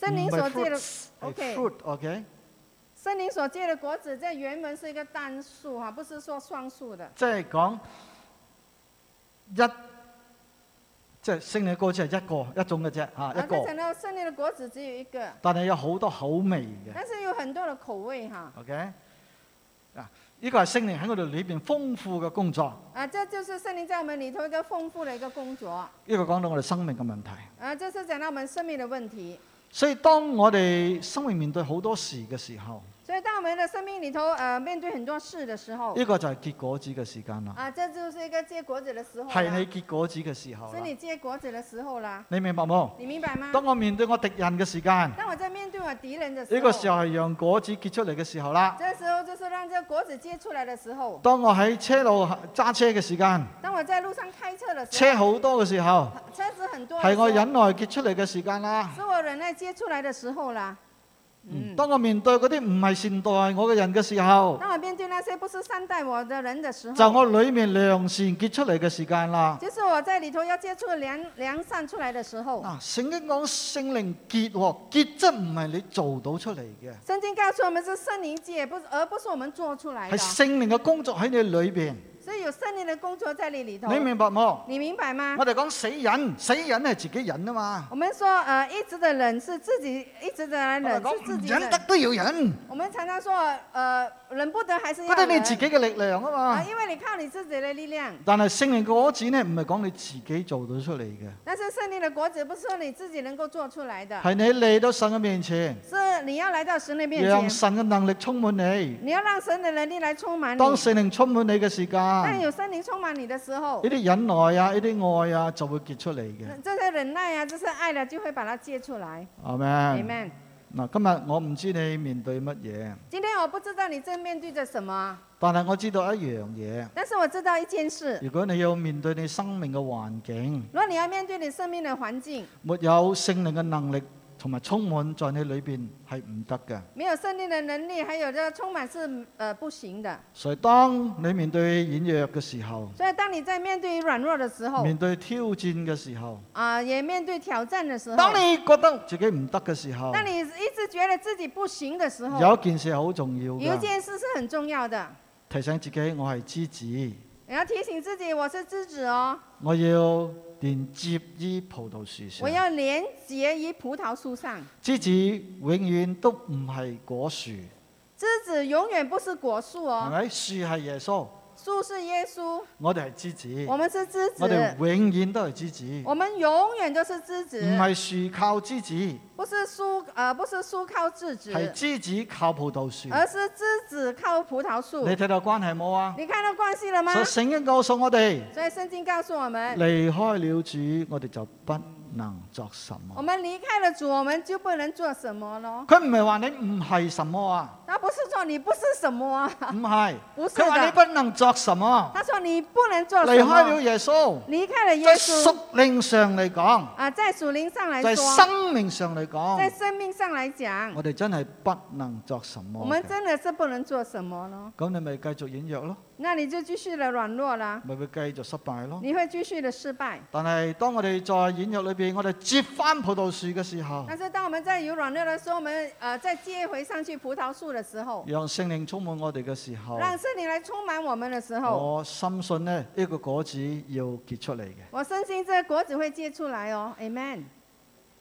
Speaker 1: 嘅喎，
Speaker 2: 聖靈所
Speaker 1: 唔係
Speaker 2: 結嘅
Speaker 1: fruits，係
Speaker 2: OK
Speaker 1: fruit，OK，
Speaker 2: 圣灵所结的果子，在原文是一个单数哈，不是说双数的。
Speaker 1: 即係講一，即係聖靈嘅果子係一個一種嘅啫嚇，
Speaker 2: 啊，
Speaker 1: 一
Speaker 2: 就
Speaker 1: 個，
Speaker 2: 讲到圣灵的果子只有一个，
Speaker 1: 但係有好多口味嘅。
Speaker 2: 但是有很多的口味哈。
Speaker 1: OK，啊，呢個係聖靈喺我哋裏邊豐富嘅工作。
Speaker 2: 啊，这就是圣灵在我们里头一个豐富的一个工作。
Speaker 1: 呢個講到我哋生命嘅問題。
Speaker 2: 啊，这是讲到我们生命的问题。
Speaker 1: 所以當我哋生命面對好多事嘅時候，
Speaker 2: 所以，当我们的生命里头，呃，面对很多事的时候，
Speaker 1: 呢、個就係結果子嘅時間啦，
Speaker 2: 啊，这就是一个结果子的时候
Speaker 1: 係
Speaker 2: 啦
Speaker 1: 你，結果子嘅時候
Speaker 2: 是
Speaker 1: 啦。
Speaker 2: 啊你结果子的时候啦，
Speaker 1: 你明白冇？
Speaker 2: 你明白吗？
Speaker 1: 當我面對我敵人嘅時間，呢、
Speaker 2: 当我在面对我敌人的时
Speaker 1: 個
Speaker 2: 候，
Speaker 1: 時候係讓果子結出嚟嘅時候啦。
Speaker 2: 这时候就是让这果子结出来的时候。
Speaker 1: 當我喺車路揸車嘅時間，
Speaker 2: 当我在路上开车的时候，
Speaker 1: 車好多嘅時候，
Speaker 2: 车子很多的
Speaker 1: 係
Speaker 2: 时候，
Speaker 1: 我忍耐結出嚟嘅時間啦。
Speaker 2: 是我忍耐结出来的时候啦。
Speaker 1: 嗯，
Speaker 2: 嗯，
Speaker 1: 當我面對嗰啲唔係善待我嘅人嘅時候，
Speaker 2: 当我面对那些不是善待我的人的时
Speaker 1: 就
Speaker 2: 候，
Speaker 1: 我裏面良善結出嚟嘅時間啦。
Speaker 2: 就是我在里头要接触良良善出来的时候。
Speaker 1: 嗱，聖經講聖靈結喎，結質唔係你做到出嚟嘅。
Speaker 2: 圣经告诉我们是圣灵界，不是而不是我们做出来
Speaker 1: 係
Speaker 2: 的，
Speaker 1: 聖靈嘅工作喺你裏边，
Speaker 2: 所以有圣灵的工作在你里头。
Speaker 1: 你明白冇？
Speaker 2: 你明白吗？
Speaker 1: 我哋講死忍，死忍係自己忍啊嘛。
Speaker 2: 我们说，呃，一直的忍是自己，一直的来
Speaker 1: 我哋
Speaker 2: 忍
Speaker 1: 講
Speaker 2: 是啊自
Speaker 1: 唔
Speaker 2: 己
Speaker 1: 忍得
Speaker 2: 忍。
Speaker 1: 都要忍，
Speaker 2: 我们常常说，呃，忍不得还是要
Speaker 1: 嗰啲
Speaker 2: 忍。
Speaker 1: 你自己嘅力量啊
Speaker 2: 啊，
Speaker 1: 嘛。
Speaker 2: 因为你靠你自己的力量，
Speaker 1: 但係聖靈嘅果子呢，唔係講你自己做到出嚟嘅，
Speaker 2: 但是圣灵的果子不是你自己能够做出来的，
Speaker 1: 係你嚟到神嘅面前，
Speaker 2: 是你要来到神哎的面
Speaker 1: 讓
Speaker 2: 前，哎
Speaker 1: 神嘅能力充滿你。
Speaker 2: 你要让神的能力来充满你。
Speaker 1: 當聖靈充滿你嘅時間，
Speaker 2: 当
Speaker 1: 呢
Speaker 2: 有圣灵充满你的时候，
Speaker 1: 啲忍耐啊，呢啲愛啊，就會結出嚟嘅。
Speaker 2: 这些忍耐啊，这些爱呢，就会把它借出来。
Speaker 1: 阿
Speaker 2: Amen。
Speaker 1: 嗱，今日我唔知你面對乜嘢，
Speaker 2: 今天我不知道你正面对着什么，
Speaker 1: 但係我知道一樣嘢。
Speaker 2: 但是我知道一件事：
Speaker 1: 如果你要面對你生命嘅環境，
Speaker 2: 如果你要面對你生命的環境，
Speaker 1: 沒有聖靈嘅能力同埋充滿在你裏邊係唔得嘅。
Speaker 2: 沒有生命的能力，還有这充滿是呃不行的。
Speaker 1: 所以當你面對軟弱嘅時候，
Speaker 2: 所以當你在面對軟弱的時候，
Speaker 1: 面對挑戰嘅時候，
Speaker 2: 啊、也面對挑戰的時候，
Speaker 1: 當你覺得自己唔得嘅時候，
Speaker 2: 当你一直覺得自己不行的時候，
Speaker 1: 哦有一件事好重要
Speaker 2: 有一
Speaker 1: 嘅，
Speaker 2: 件事是很重要的，
Speaker 1: 提醒自己我係枝子，
Speaker 2: 你要提醒自己，我是枝子哦，
Speaker 1: 我要連接於葡萄樹上
Speaker 2: 我。要连结于葡萄树上。
Speaker 1: 枝子永遠都唔係果樹，
Speaker 2: 枝子永遠不是果樹
Speaker 1: 係
Speaker 2: 哦，
Speaker 1: 咪？樹係耶穌，
Speaker 2: 樹是耶穌，
Speaker 1: 我哋係枝子，
Speaker 2: 我們是枝子
Speaker 1: 我，哋永遠都係枝子。
Speaker 2: 我們永遠都是枝子。
Speaker 1: 唔係樹靠枝子，
Speaker 2: 不是树，呃，不是树靠枝子，
Speaker 1: 係枝子靠葡萄樹。
Speaker 2: 而是枝子靠葡萄树
Speaker 1: 你。睇到關係冇啊？
Speaker 2: 你看到关系了吗
Speaker 1: 所以？聖經告訴我哋，
Speaker 2: 所以圣经告诉我们，
Speaker 1: 離開了主，我哋就不能作什
Speaker 2: 我
Speaker 1: 麼。
Speaker 2: 们离开了主，我们就不能做什么咯。
Speaker 1: 佢唔係話你唔係什麼啊，
Speaker 2: 他不是说你不是什么啊，
Speaker 1: 唔係。
Speaker 2: 不是
Speaker 1: 佢話你
Speaker 2: 的，
Speaker 1: 不能作什麼，
Speaker 2: 啊他说你不能做
Speaker 1: 離
Speaker 2: 什
Speaker 1: 開了
Speaker 2: 么。
Speaker 1: 耶穌，
Speaker 2: 离开了耶
Speaker 1: 在
Speaker 2: 稣
Speaker 1: 屬靈上嚟講，
Speaker 2: 啊，在属灵上来
Speaker 1: 在
Speaker 2: 说，
Speaker 1: 生命上嚟
Speaker 2: 在
Speaker 1: 講，
Speaker 2: 生命上来讲，
Speaker 1: 我哋真係不能作什麼
Speaker 2: 我们
Speaker 1: 嘅。
Speaker 2: 真的是不能做什么咯。
Speaker 1: 咁你咪繼續軟弱咯，
Speaker 2: 那你就继续的软弱啦，
Speaker 1: 咪會繼續失敗咯。
Speaker 2: 你会继续的失败。
Speaker 1: 但係當我哋在軟弱裏边，我哋接翻葡萄樹嘅時候，
Speaker 2: 但是当我们在有软弱的时候，我们呃再接回上去葡萄树的时候，
Speaker 1: 讓聖靈充滿我哋嘅時候，
Speaker 2: 让圣灵来充满我们的时候，
Speaker 1: 我深信咧呢、呢個果子要結出嚟嘅，
Speaker 2: 我深信这果子会结出来哦，Amen。
Speaker 1: 人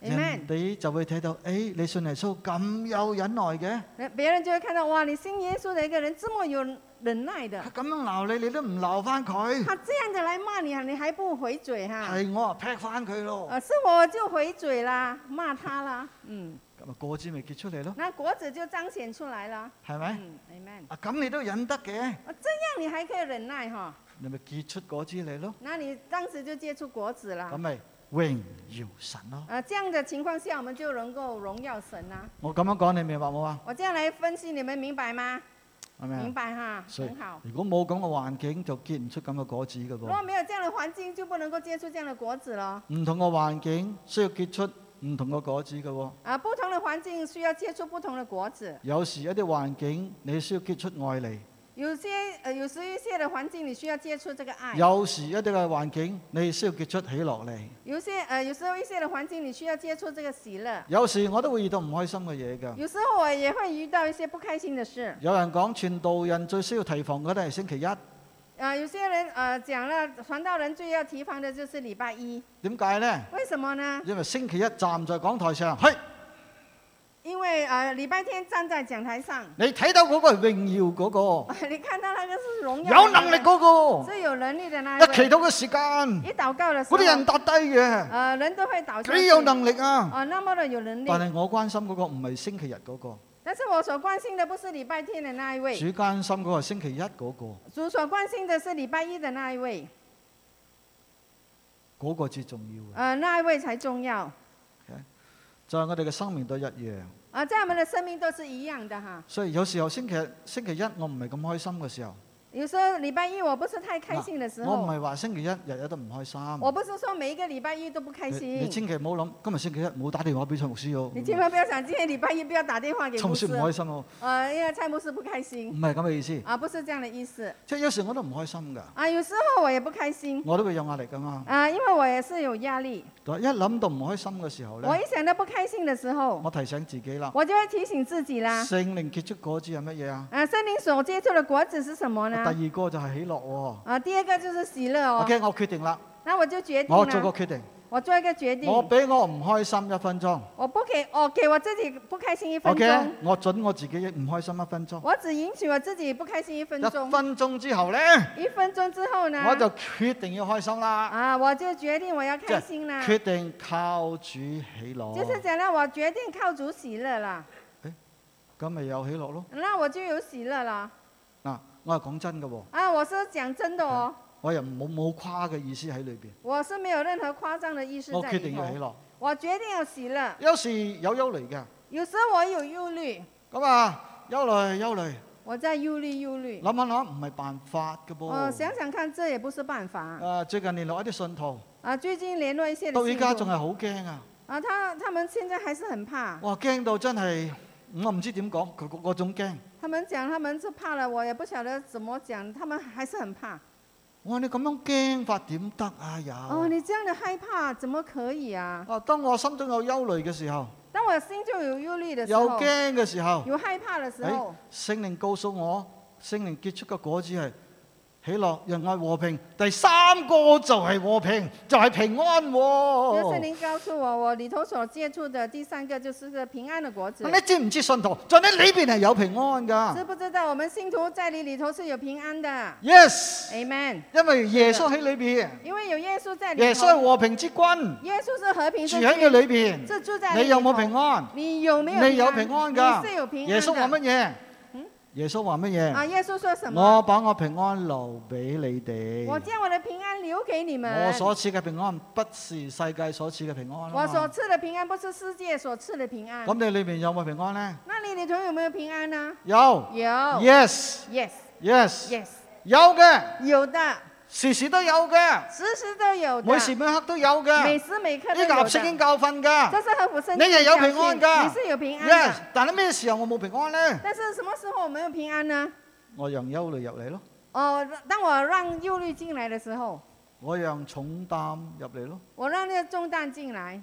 Speaker 2: Amen，
Speaker 1: 哋就會睇到，誒、你信耶穌咁有忍耐嘅，
Speaker 2: 那别人就会看到哇，你信耶稣的一个人这么有忍耐的
Speaker 1: 佢，咁樣鬧你，你都唔鬧翻佢，
Speaker 2: 他这样的来骂你啊，你还不回嘴哈、
Speaker 1: 係我啊劈翻佢咯，
Speaker 2: 呃，是我就回嘴啦，骂他啦，嗯，
Speaker 1: 咁啊果子咪結出嚟咯，
Speaker 2: 那果子就彰显出来啦，
Speaker 1: 係咪？
Speaker 2: 嗯，Amen。
Speaker 1: 啊咁你都忍得嘅，
Speaker 2: 啊，这样你还可以忍耐哈、
Speaker 1: 你咪結出果子嚟咯，
Speaker 2: 那你当时就结出果子啦
Speaker 1: 咁。咪榮耀神咯。
Speaker 2: 呃，这样的情况下，我们就能够荣耀神啦、
Speaker 1: 我咁樣講你明白冇啊？
Speaker 2: 我这样来分析，你们明白吗？
Speaker 1: 係咪
Speaker 2: 明
Speaker 1: 啊？
Speaker 2: 白哈，
Speaker 1: 所以
Speaker 2: 很好。
Speaker 1: 如果冇咁嘅環境，就結唔出咁嘅果子嘅
Speaker 2: 如果
Speaker 1: 噃。
Speaker 2: 没有这样的环境，就不能够结出这样的果子了。
Speaker 1: 唔同嘅環境需要結出唔同嘅果子嘅喎。
Speaker 2: 啊，不同的环境需要结出不同的果子。
Speaker 1: 有時一啲環境你需要結出愛嚟，
Speaker 2: 有些呃，有时一些的环境你需要结出这个爱，
Speaker 1: 有時一啲嘅環境你需要結出喜樂嚟。
Speaker 2: 有些呃，有时候一些的环境你需要结出这个喜乐。
Speaker 1: 有時我都會遇到唔開心嘅嘢㗎。
Speaker 2: 有时候我也会遇到一些不开心的事。
Speaker 1: 有人講傳道人最需要提防嘅都係星期一，
Speaker 2: 啊，有些人呃讲了，传道人最要提防的就是礼拜一，
Speaker 1: 點解呢？
Speaker 2: 为什么呢？
Speaker 1: 因為星期一站在講台上，嘿，
Speaker 2: 因为呃礼拜天站在讲台上，
Speaker 1: 你睇到嗰個係榮耀嗰、個，
Speaker 2: 你看到那个是荣耀
Speaker 1: 哦有
Speaker 2: 的那
Speaker 1: 能
Speaker 2: 个
Speaker 1: 力嗰、個，
Speaker 2: 最有能力的那一
Speaker 1: 一祈
Speaker 2: 位，
Speaker 1: 禱嘅時間，
Speaker 2: 一祷告的时候，
Speaker 1: 嗰啲人搭低嘅，
Speaker 2: 呃人都会倒下去。
Speaker 1: 幾有能力啊！
Speaker 2: 啊、那么的有能力。
Speaker 1: 但係我關心嗰個唔係星期日嗰、個，
Speaker 2: 但是我所關心的不是礼拜天的那一位，
Speaker 1: 主關心嗰個係星期一嗰、個，
Speaker 2: 主所關心的是礼拜一的那一位，
Speaker 1: 嗰、個至重要嘅。
Speaker 2: 呃，那一位才重要。
Speaker 1: 就係我哋嘅生命都一樣，
Speaker 2: 啊、在我们的生命都是一样的哈。
Speaker 1: 所以有時候星期日、星期一我唔係咁開心嘅時候，
Speaker 2: 有时候礼拜一我不是太开心的时
Speaker 1: 我唔
Speaker 2: 候，
Speaker 1: 係話星期一日日都唔開心。
Speaker 2: 我不是说每一个礼拜一都不开
Speaker 1: 你
Speaker 2: 心
Speaker 1: 你。千祈唔好諗，今日星期一冇打電話俾蔡牧師喎。
Speaker 2: 你千万不要想今天礼拜一不要打电话给
Speaker 1: 蔡牧
Speaker 2: 牧
Speaker 1: 師
Speaker 2: 师
Speaker 1: 唔，開心喎，
Speaker 2: 呃，因为蔡牧师不开心
Speaker 1: 唔係咁嘅意思。
Speaker 2: 啊、不是这样的意思
Speaker 1: 即係有時我都唔開心㗎，
Speaker 2: 啊、有时候我也不开心
Speaker 1: 我都會有壓力㗎嘛。
Speaker 2: 啊、因为我也是有压力。
Speaker 1: 但一諗到唔開心嘅時候呢
Speaker 2: 我，一想到不开心的时候，
Speaker 1: 我提醒自己啦，
Speaker 2: 我就会提醒自己啦。
Speaker 1: 聖靈結出果子係乜嘢啊？
Speaker 2: 啊，森林所接触的果子是什么呢？
Speaker 1: 第二個就係喜樂喎。
Speaker 2: 啊，第二个就是喜乐哦。
Speaker 1: OK，我決定啦，
Speaker 2: 那我就决定
Speaker 1: 我做個
Speaker 2: 了，
Speaker 1: 決定，
Speaker 2: 我做一个决定，
Speaker 1: 我
Speaker 2: 我
Speaker 1: 俾我唔開心一分鐘。
Speaker 2: 不给，我给我自己不开心一分
Speaker 1: OK，
Speaker 2: 钟，
Speaker 1: 我準我自己唔開心一分鐘。
Speaker 2: 我只允许我自己不开心一分
Speaker 1: 一
Speaker 2: 钟。啊
Speaker 1: 分鐘之後呢，
Speaker 2: 一分钟之后呢？
Speaker 1: 我就決定要開心啦，
Speaker 2: 啊，我就决定我要开心啦，
Speaker 1: 決定靠主喜樂，
Speaker 2: 就是讲了，我决定靠主喜乐啦，
Speaker 1: 咁咪有喜樂咯。
Speaker 2: 那我就有喜乐了。
Speaker 1: 嗱，我係講真嘅喎。
Speaker 2: 啊，我是讲真的哦，
Speaker 1: 我又冇冇誇嘅意思喺裏邊，
Speaker 2: 我是没有任何夸张的意思
Speaker 1: 我
Speaker 2: 在
Speaker 1: 決
Speaker 2: 里
Speaker 1: 定要喜
Speaker 2: 头。
Speaker 1: 樂。
Speaker 2: 我决定要喜乐，
Speaker 1: 有時有憂慮嘅，
Speaker 2: 有时候我有忧虑，
Speaker 1: 咁啊憂慮憂慮，
Speaker 2: 我在忧虑忧虑。
Speaker 1: 諗下諗唔係辦法嘅噃。
Speaker 2: 呃，想想看，这也不是办法
Speaker 1: 啊最近聯絡一啲信徒，
Speaker 2: 啊。最近联络一些的
Speaker 1: 到而
Speaker 2: 信
Speaker 1: 家
Speaker 2: 徒
Speaker 1: 仲係好驚啊！
Speaker 2: 啊，他他们现在还是很怕，
Speaker 1: 哇，驚到真係，我唔知點講，佢嗰嗰種驚。
Speaker 2: 他们讲他们是怕了，我也不晓得怎么讲，他们还是很怕。
Speaker 1: 我話你咁樣驚法點得啊？有
Speaker 2: 哦，你这样的害怕怎么可以啊？
Speaker 1: 啊，當我心中有憂慮嘅時候，
Speaker 2: 当我心就有忧虑的时
Speaker 1: 有哎哦
Speaker 2: 候，
Speaker 1: 驚嘅時候，
Speaker 2: 有害怕的时候，
Speaker 1: 聖靈告訴我，聖靈結出嘅果子係喜樂、仁愛、和平。第三個就係和平，就係、平安喎、哦
Speaker 2: 就是您告诉我，我里头所接触的第三个就是个平安的果子。
Speaker 1: 你知唔知信徒在你裏邊係有平安
Speaker 2: 知
Speaker 1: 㗎
Speaker 2: 不知道我们信徒在你里头是有平安的
Speaker 1: ？Yes，
Speaker 2: ？Amen。
Speaker 1: 因為耶穌喺裏邊，
Speaker 2: 因为有耶稣在里
Speaker 1: 耶穌係
Speaker 2: 头，
Speaker 1: 和平之君，
Speaker 2: 耶稣是和平之
Speaker 1: 住
Speaker 2: 君，
Speaker 1: 喺你裏邊。
Speaker 2: 是住在
Speaker 1: 你有冇
Speaker 2: 里头
Speaker 1: 平安？
Speaker 2: 你有没有
Speaker 1: 你有平安
Speaker 2: 你是有
Speaker 1: 㗎？
Speaker 2: 平安
Speaker 1: 耶穌話乜嘢
Speaker 2: 嗯？
Speaker 1: 耶穌話乜
Speaker 2: 啊，
Speaker 1: 嘢？
Speaker 2: 耶稣说什么？
Speaker 1: 我把我平安留俾你哋。
Speaker 2: 我将我的平安留给你们。
Speaker 1: 我所赐嘅平安不是世界所赐嘅平安啊嘛
Speaker 2: 我所赐的平安不是世界所赐的平安。
Speaker 1: 咁你裏面有冇平安呢？
Speaker 2: 那你里头有没有平安呢？
Speaker 1: 有
Speaker 2: 有。
Speaker 1: ，yes
Speaker 2: Yes.
Speaker 1: yes，
Speaker 2: Yes.
Speaker 1: 有嘅，
Speaker 2: 有的，
Speaker 1: 時時都有嘅，
Speaker 2: 时时都有的。
Speaker 1: 每時每刻都有
Speaker 2: 每
Speaker 1: 嘅。
Speaker 2: 时每刻都
Speaker 1: 呢
Speaker 2: 有
Speaker 1: 個合
Speaker 2: 的。
Speaker 1: 聖經教訓㗎
Speaker 2: 这是合乎圣经
Speaker 1: 你
Speaker 2: 的
Speaker 1: 也有
Speaker 2: 教训
Speaker 1: 平安的
Speaker 2: 你是有平安的。
Speaker 1: ，yes。但係咩時候我冇平安呢？
Speaker 2: 但是什么时候我没有平安呢？
Speaker 1: 我讓憂慮入嚟咯，
Speaker 2: 哦，当我让忧虑进来的时候，
Speaker 1: 我讓重擔入嚟咯，
Speaker 2: 我让那个重担进来，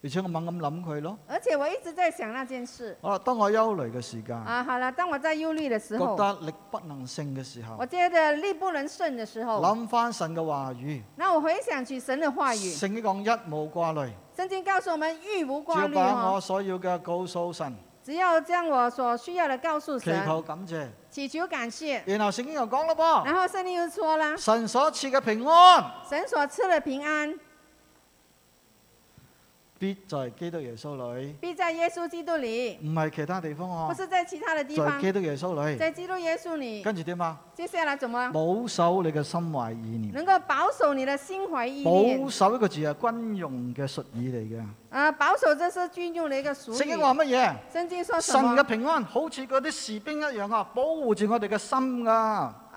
Speaker 1: 而且我猛咁諗佢咯。
Speaker 2: 而且我一直在想那件事。
Speaker 1: 好啦，當我憂慮嘅時間，
Speaker 2: 啊，好了，当我在忧虑的时
Speaker 1: 覺
Speaker 2: 候，
Speaker 1: 得力不能勝嘅時候
Speaker 2: 我，觉得力不能胜的时候，
Speaker 1: 諗翻神嘅話語，
Speaker 2: 那我回想起神的话语，
Speaker 1: 聖經講一無掛慮。
Speaker 2: 圣经告诉我们，欲无挂
Speaker 1: 照
Speaker 2: 虑
Speaker 1: 把
Speaker 2: 哦，
Speaker 1: 我所要嘅告訴神，
Speaker 2: 只要将我所需要的告诉
Speaker 1: 祈
Speaker 2: 神，
Speaker 1: 求感謝。
Speaker 2: 祈求感谢。
Speaker 1: 然後聖經又講啦噃，
Speaker 2: 然后圣灵又说了，
Speaker 1: 神所賜嘅平安
Speaker 2: 神所赐的平安
Speaker 1: 必就係基督耶穌裏，
Speaker 2: 必在耶稣基督里，
Speaker 1: 唔係其他地方
Speaker 2: 不
Speaker 1: 喎，
Speaker 2: 是在其他的地
Speaker 1: 就係
Speaker 2: 方，
Speaker 1: 哦基督耶穌裏。
Speaker 2: 在基督耶稣里。
Speaker 1: 跟住點啊？
Speaker 2: 接下来怎么
Speaker 1: 保守你嘅心懷意念。
Speaker 2: 能够保守你的心怀意
Speaker 1: 保
Speaker 2: 念？
Speaker 1: 守一個字係軍用嘅術語嚟
Speaker 2: 啊，保守这是军用的一个俗
Speaker 1: 嘅。聖
Speaker 2: 语
Speaker 1: 經。話乜嘢？
Speaker 2: 圣经说什
Speaker 1: 神嘅
Speaker 2: 么？
Speaker 1: 平安好似嗰啲士兵一樣啊，保護住我哋嘅心噶。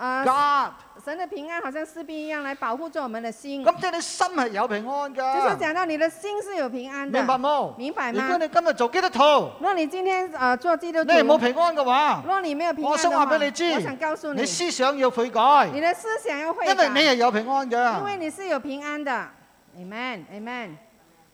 Speaker 2: 啊，
Speaker 1: God，
Speaker 2: 神的平安好像士兵一样来保护着我们的心，
Speaker 1: 咁即係你心係有平安
Speaker 2: 就是
Speaker 1: 㗎，
Speaker 2: 讲到你的心是有平安的
Speaker 1: 明。白冇？
Speaker 2: 明白
Speaker 1: 如果
Speaker 2: 吗？
Speaker 1: 你今日做基督徒，
Speaker 2: 若你今天呃做基督
Speaker 1: 你
Speaker 2: 徒，
Speaker 1: 係冇平安嘅話，
Speaker 2: 若你没有平
Speaker 1: 我
Speaker 2: 安的
Speaker 1: 想
Speaker 2: 话，
Speaker 1: 話俾你知
Speaker 2: 我想告诉你
Speaker 1: 你，思想要悔改，
Speaker 2: 你的思想要悔
Speaker 1: 因為你
Speaker 2: 改，
Speaker 1: 係有平安
Speaker 2: 因
Speaker 1: 嘅。
Speaker 2: 为你是有平安的。Amen, Amen。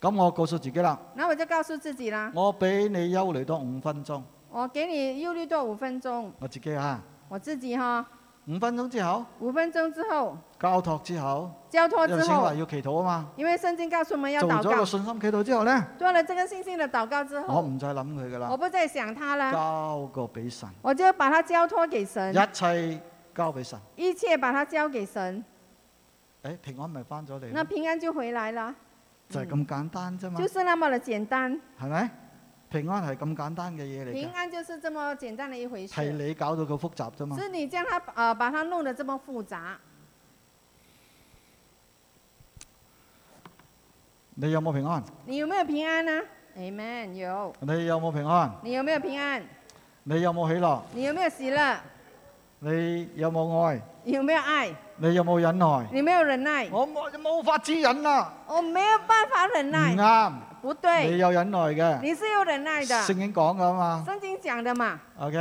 Speaker 1: 咁我告訴自己啦，
Speaker 2: 那我就告诉自己啦，
Speaker 1: 我俾你憂慮多五分鐘，
Speaker 2: 我给你忧虑多五分钟，
Speaker 1: 我自己嚇
Speaker 2: 我自己哈，
Speaker 1: 五分鐘之後，
Speaker 2: 五分钟之后
Speaker 1: 交託之後，
Speaker 2: 交托
Speaker 1: 有
Speaker 2: 之
Speaker 1: 先話
Speaker 2: 后，
Speaker 1: 要祈禱啊嘛。
Speaker 2: 因为圣经告诉我们要
Speaker 1: 做
Speaker 2: 祷
Speaker 1: 咗個
Speaker 2: 告，
Speaker 1: 信心祈禱之哦後呢，
Speaker 2: 做了这个信心的祷告之
Speaker 1: 我
Speaker 2: 后，
Speaker 1: 唔再諗佢㗎
Speaker 2: 我
Speaker 1: 啦，
Speaker 2: 不再想他了，
Speaker 1: 交個俾神，
Speaker 2: 我就把它交托给神，
Speaker 1: 一切交俾神。
Speaker 2: 一切把它交给神，
Speaker 1: 誒，平安咪翻咗嚟咯，
Speaker 2: 那平安就回来了，
Speaker 1: 就係咁簡單啫嘛
Speaker 2: 就。是那么的简单。
Speaker 1: 係咪？平安係咁簡單嘅嘢嚟
Speaker 2: 平
Speaker 1: 㗎，
Speaker 2: 安就是这么简单的一回事，
Speaker 1: 係你搞到佢複雜啫嘛。
Speaker 2: 是你将它呃把它弄得这么复杂。
Speaker 1: 你有冇平安？
Speaker 2: 你有没有平安呢？Amen，有。
Speaker 1: 你有冇平安？
Speaker 2: 你有没有平安？
Speaker 1: 你有冇喜樂？
Speaker 2: 你有没有喜乐？
Speaker 1: 你有冇愛？
Speaker 2: 你有没有爱？
Speaker 1: 你有冇忍耐？
Speaker 2: 你没有忍耐，
Speaker 1: 我冇冇法子忍啦，
Speaker 2: 我没有办法
Speaker 1: 唔
Speaker 2: 忍耐，
Speaker 1: 啱。
Speaker 2: 不对，
Speaker 1: 你有忍耐嘅，
Speaker 2: 你是有忍耐的。
Speaker 1: 聖經講㗎嘛。
Speaker 2: 圣经讲的嘛，
Speaker 1: OK，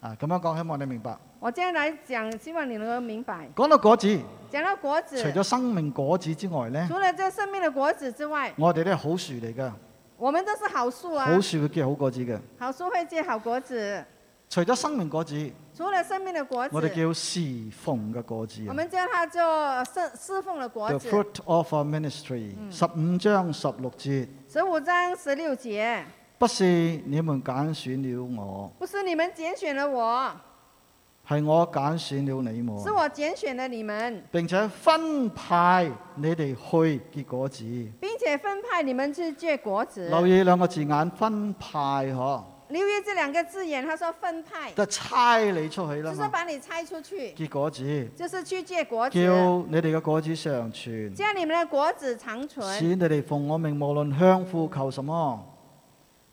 Speaker 1: 啊咁樣講，希望你明白。
Speaker 2: 我今天来讲，希望你能够明白。
Speaker 1: 講到果子，
Speaker 2: 讲到果
Speaker 1: 除
Speaker 2: 子，
Speaker 1: 咗生命果子之外呢，
Speaker 2: 除了这生命的果子之外，
Speaker 1: 我哋咧好樹嚟㗎，
Speaker 2: 我们都是好树啊，
Speaker 1: 好樹會結好果子嘅。
Speaker 2: 好树会结好果子。
Speaker 1: 除咗生命果子，
Speaker 2: 除了生命的果
Speaker 1: 我哋
Speaker 2: 子，
Speaker 1: 叫侍奉嘅果子
Speaker 2: 我
Speaker 1: 啊。
Speaker 2: 们叫它做侍侍奉的果
Speaker 1: The
Speaker 2: 子。嗯
Speaker 1: fruit of our ministry，十五章十六節，
Speaker 2: 十五章十六节，
Speaker 1: 不是你們揀選了我，
Speaker 2: 不是你们拣选了我，
Speaker 1: 哦係我揀選了你
Speaker 2: 是
Speaker 1: 們，
Speaker 2: 我拣选了你们，
Speaker 1: 並且分派你哋去結果子。
Speaker 2: 并且分派你们去结果子。
Speaker 1: 留意兩個字眼，分派嗬，
Speaker 2: 留意这两个字眼，他说分派，
Speaker 1: 就差你出去啦
Speaker 2: 就是
Speaker 1: 嘛。
Speaker 2: 把你拆出去，
Speaker 1: 結果子，
Speaker 2: 就是去结果
Speaker 1: 叫
Speaker 2: 子，
Speaker 1: 你哋嘅果子常存，
Speaker 2: 叫你们的果子长存。
Speaker 1: 使你哋奉我命，無論向父求什麼，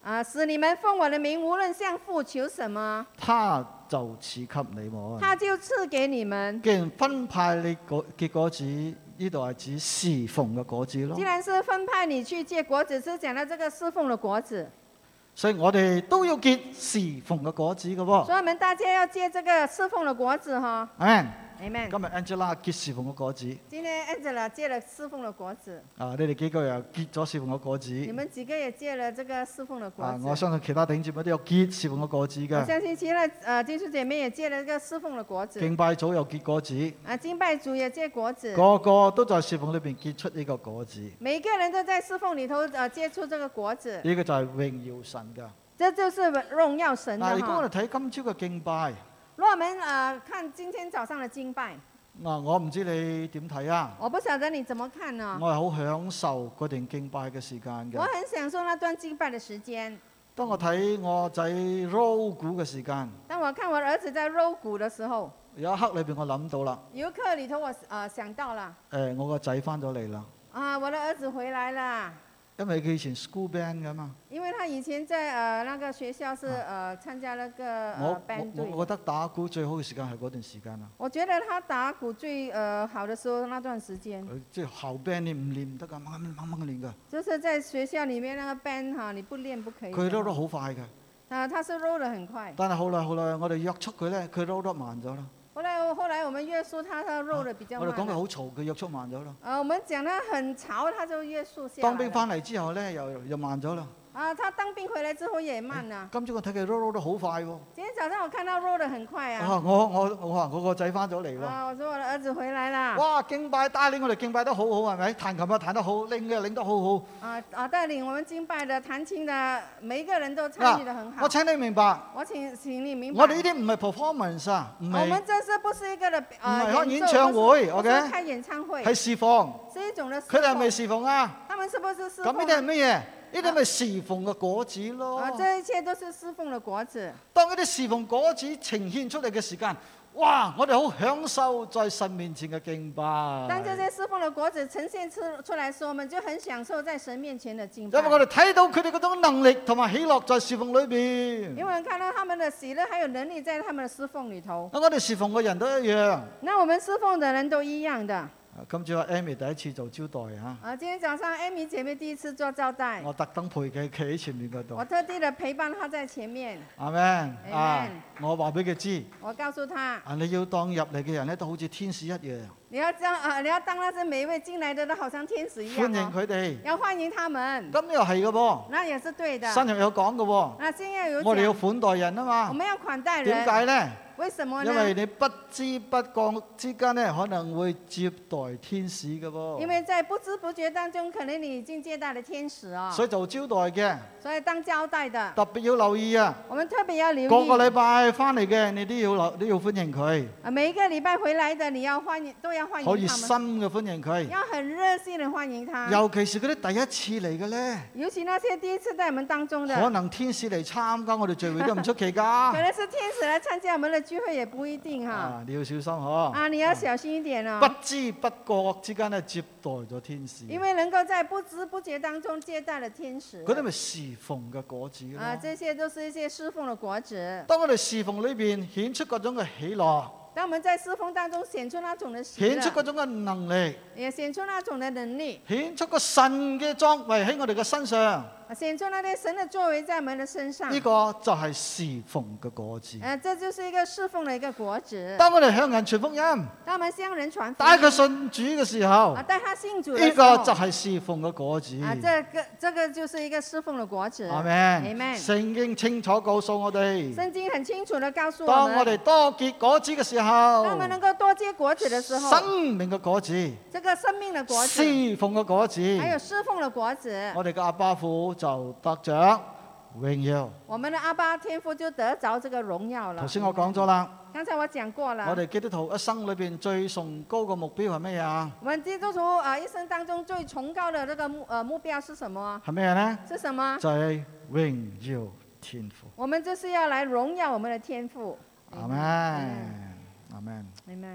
Speaker 2: 啊，使你们奉我的名，无论向父求什么，
Speaker 1: 他就賜給你們。
Speaker 2: 他就赐给你们。
Speaker 1: 既然分派你果結果子，呢度係指侍奉嘅果子咯
Speaker 2: 既。然是分派你去结果子，是讲到这个侍奉的果子，
Speaker 1: 所以我哋都要結侍奉嘅果子嘅
Speaker 2: 所
Speaker 1: 喎。
Speaker 2: 以我们大家要结这个侍奉的果子哈。
Speaker 1: Amen。今
Speaker 2: Amen。
Speaker 1: 日 Angela 結侍奉嘅果子，
Speaker 2: 今天 Angela 结了侍奉的果子，
Speaker 1: 啊，你哋幾個又結咗侍奉嘅果
Speaker 2: 你
Speaker 1: 子。
Speaker 2: 们几个也结了这个侍奉的果
Speaker 1: 啊，我
Speaker 2: 子。
Speaker 1: 相信其他弟兄姊妹都有結侍奉嘅果子
Speaker 2: 我
Speaker 1: 嘅，
Speaker 2: 相信其他呃弟兄姐妹也结了这个侍奉的果子，
Speaker 1: 敬拜組又結果子，
Speaker 2: 啊，敬拜主也结果子，
Speaker 1: 個個都在侍奉裏邊結出呢個果子。
Speaker 2: 每个人都在侍奉里头呃结出这个果子，
Speaker 1: 呢個就係榮耀神㗎。
Speaker 2: 这就是荣耀神啊的
Speaker 1: 嗱，如果
Speaker 2: 哈
Speaker 1: 我哋。睇今朝嘅敬拜，
Speaker 2: 如果我们呃看今天早上的敬拜，
Speaker 1: 嗱，啊我唔知你點睇啊，
Speaker 2: 我不晓得你怎么看呢？
Speaker 1: 我係好享受嗰段敬拜嘅時間
Speaker 2: 我
Speaker 1: 嘅。
Speaker 2: 很享受那段敬拜的时间。
Speaker 1: 當我睇我仔 roll 鼓嘅時間，
Speaker 2: 当我看我儿子在揉骨的时候，
Speaker 1: 有一刻裏邊我諗到啦。
Speaker 2: 有一刻里头我呃想到了
Speaker 1: 誒、我個仔翻咗嚟啦，
Speaker 2: 啊，我的儿子回来啦，
Speaker 1: 因為佢以前 school band 噶嘛，
Speaker 2: 因为他以前在呃那个学校是呃参加那个
Speaker 1: 啊我
Speaker 2: 呃 band
Speaker 1: 我
Speaker 2: 队。
Speaker 1: 我覺得打鼓最好嘅時間係嗰段時間啦。
Speaker 2: 我觉得他打鼓最呃好的时候那段时间，
Speaker 1: 佢即係後 band 你唔練唔得噶，猛猛猛猛練噶，
Speaker 2: 就是在学校里面那个 band 哈，你不练不可以的。
Speaker 1: 佢 roll 得好快嘅，
Speaker 2: 啊，他是揉的很快。
Speaker 1: 但係好耐好耐我哋約束佢咧，佢 roll 得慢咗啦。
Speaker 2: 后来后来我们约束他，他揉的比较
Speaker 1: 啊我哋
Speaker 2: 慢
Speaker 1: 講佢
Speaker 2: 了。
Speaker 1: 好嘈，佢約束慢咗啦。
Speaker 2: 呃，我们讲他很潮，他就约束下来
Speaker 1: 當
Speaker 2: 了。
Speaker 1: 兵翻嚟之後咧，又又慢咗啦。
Speaker 2: 啊，他当兵回来之后也慢了。
Speaker 1: 今朝我睇佢 roll 得好快喎、
Speaker 2: 今天早上我看到 roll 的很快啊，
Speaker 1: 啊！我我我話我個仔翻咗嚟喎。
Speaker 2: 啊，我说我的儿子回来啦，
Speaker 1: 哇！敬拜帶領我哋敬拜得好好係咪？彈琴啊彈得好，拎嘅拎得好好。
Speaker 2: 啊啊，带领我们敬拜的、弹琴的，每一个人都参与的很
Speaker 1: 啊我
Speaker 2: 好。
Speaker 1: 請你明白。
Speaker 2: 我请请你明白，
Speaker 1: 我哋呢啲唔係 performance 啊，唔
Speaker 2: 我们
Speaker 1: 係
Speaker 2: 这是不是一个的
Speaker 1: 唔係
Speaker 2: 呃
Speaker 1: 開
Speaker 2: 演
Speaker 1: 嗯演
Speaker 2: 奏
Speaker 1: 唱會
Speaker 2: 不是
Speaker 1: OK？
Speaker 2: 不是开演唱会
Speaker 1: 係，侍奉。
Speaker 2: 是一种的侍
Speaker 1: 佢哋係咪
Speaker 2: 奉。
Speaker 1: 侍奉啊？
Speaker 2: 他们们是不是侍
Speaker 1: 咁
Speaker 2: 奉
Speaker 1: 呢啲係乜嘢？呢啲咪侍奉嘅果子咯。
Speaker 2: 啊，这一切都是侍奉的果子。
Speaker 1: 當嗰啲侍奉果子呈現出嚟嘅時間，哇！我哋好享受在神面前嘅敬拜。
Speaker 2: 当这些侍奉的果子呈现出出来时，我们就很享受在神面前的敬
Speaker 1: 因
Speaker 2: 拜
Speaker 1: 為。我哋睇到佢哋嗰種能力同埋喜樂在侍奉裏边。
Speaker 2: 因为看到他们的喜乐还有能力在他们的侍奉里头。
Speaker 1: 我哋侍奉嘅人都一樣。
Speaker 2: 那我们侍奉的人都一样的。
Speaker 1: 啊今朝阿 Amy 第一次做招待啊，
Speaker 2: 啊，今天早上艾米姐妹第一次做招待，
Speaker 1: 我特登陪佢企喺前面嗰
Speaker 2: 哎
Speaker 1: 度。
Speaker 2: 我特地的陪伴她在前面，
Speaker 1: 阿 Man 啊
Speaker 2: Amen，
Speaker 1: 我話俾佢知，
Speaker 2: 我告诉她，
Speaker 1: 啊你要當入嚟嘅人咧都好似天使一樣，
Speaker 2: 你要将啊，你要當那些每一位进来的都好像天使一
Speaker 1: 歡
Speaker 2: 样、
Speaker 1: 迎
Speaker 2: 哦，
Speaker 1: 佢哋。
Speaker 2: 要欢迎他们，
Speaker 1: 咁又係嘅噃，
Speaker 2: 那也是对的。
Speaker 1: 新約有講嘅喎，
Speaker 2: 那现在有
Speaker 1: 我哋要
Speaker 2: 讲，
Speaker 1: 款待人啊嘛。
Speaker 2: 我们要款待
Speaker 1: 點
Speaker 2: 人，
Speaker 1: 解咧？
Speaker 2: 为什么呢？
Speaker 1: 因為你不知不覺之間咧，可能會接待天使嘅噃。
Speaker 2: 因为在不知不觉当中，可能你已经接待了天使哦。
Speaker 1: 所以做招待嘅
Speaker 2: 所以当交代的，
Speaker 1: 特別要留意啊！
Speaker 2: 我们特别要留
Speaker 1: 個個禮
Speaker 2: 意。
Speaker 1: 拜翻嚟嘅，你都要留，都要歡迎佢，
Speaker 2: 啊，每一个礼拜回来的，你要欢迎，都要欢
Speaker 1: 好
Speaker 2: 迎
Speaker 1: 熱
Speaker 2: 他
Speaker 1: 心
Speaker 2: 们，
Speaker 1: 嘅歡迎佢。
Speaker 2: 要很热心的欢迎他。
Speaker 1: 尤其是嗰啲第一次嚟嘅咧，
Speaker 2: 尤其那些第一次在我们当中的，
Speaker 1: 可能天使嚟參加我哋聚會都唔出奇 㗎
Speaker 2: 可。能是天使来参加我们的聚会也不一定哈。
Speaker 1: 啊，你要小心嗬，
Speaker 2: 啊，你要小心一点哦
Speaker 1: 不，知不覺之間咧接待咗天使，
Speaker 2: 因
Speaker 1: 嗰
Speaker 2: 为能够在不知不觉当中接待了天使。
Speaker 1: 啲咪侍奉嘅果子咯。
Speaker 2: 啊，这些都是一些侍奉的果子。
Speaker 1: 當我哋侍奉裏邊顯出嗰種嘅喜樂，
Speaker 2: 当我们在侍奉当中显出那种的喜
Speaker 1: 顯出嗰
Speaker 2: 乐，
Speaker 1: 種嘅能力，
Speaker 2: 也显出那种的能力，
Speaker 1: 顯出個神嘅作為喺我哋嘅身上，呢、
Speaker 2: 啊显出那些神的作为在我们的身上。
Speaker 1: 個就係侍奉嘅果子。
Speaker 2: 呃，这就是一个侍奉的一个果子。
Speaker 1: 當我哋向人傳福音，
Speaker 2: 当我们向人传福
Speaker 1: 帶佢
Speaker 2: 音，
Speaker 1: 信主嘅時候，
Speaker 2: 嗯啊，
Speaker 1: 呢、
Speaker 2: 带他信主的
Speaker 1: 個
Speaker 2: 时候，
Speaker 1: 就係侍奉嘅果子。
Speaker 2: 啊，这个这个就是一个侍奉的果子。
Speaker 1: 阿 Man，
Speaker 2: Amen
Speaker 1: 聖經清楚告訴我哋，
Speaker 2: 圣经很清楚的告诉我
Speaker 1: 當
Speaker 2: 们，
Speaker 1: 我哋多結果子嘅時
Speaker 2: 当我们能
Speaker 1: 候，
Speaker 2: 够多结果子的时候，
Speaker 1: 生命嘅果子、
Speaker 2: 这个生命的果子，
Speaker 1: 侍奉嘅果子，
Speaker 2: 还有侍奉的果子，
Speaker 1: 我哋嘅阿爸父就得着榮耀。
Speaker 2: 我们的阿巴天父就得着这个荣耀了
Speaker 1: 頭。先我講咗啦，
Speaker 2: 刚才我讲过了，
Speaker 1: 我哋基督徒一生裏邊最崇高嘅目標係乜嘢啊？
Speaker 2: 我们基督徒啊、一生当中最崇高的这个目呃目标是什么？
Speaker 1: 係咩呢？
Speaker 2: 是什么？
Speaker 1: 就係、榮耀天父。
Speaker 2: 我们就是要来荣耀我们的天父。
Speaker 1: 阿 Man，阿 Man。
Speaker 2: 明白。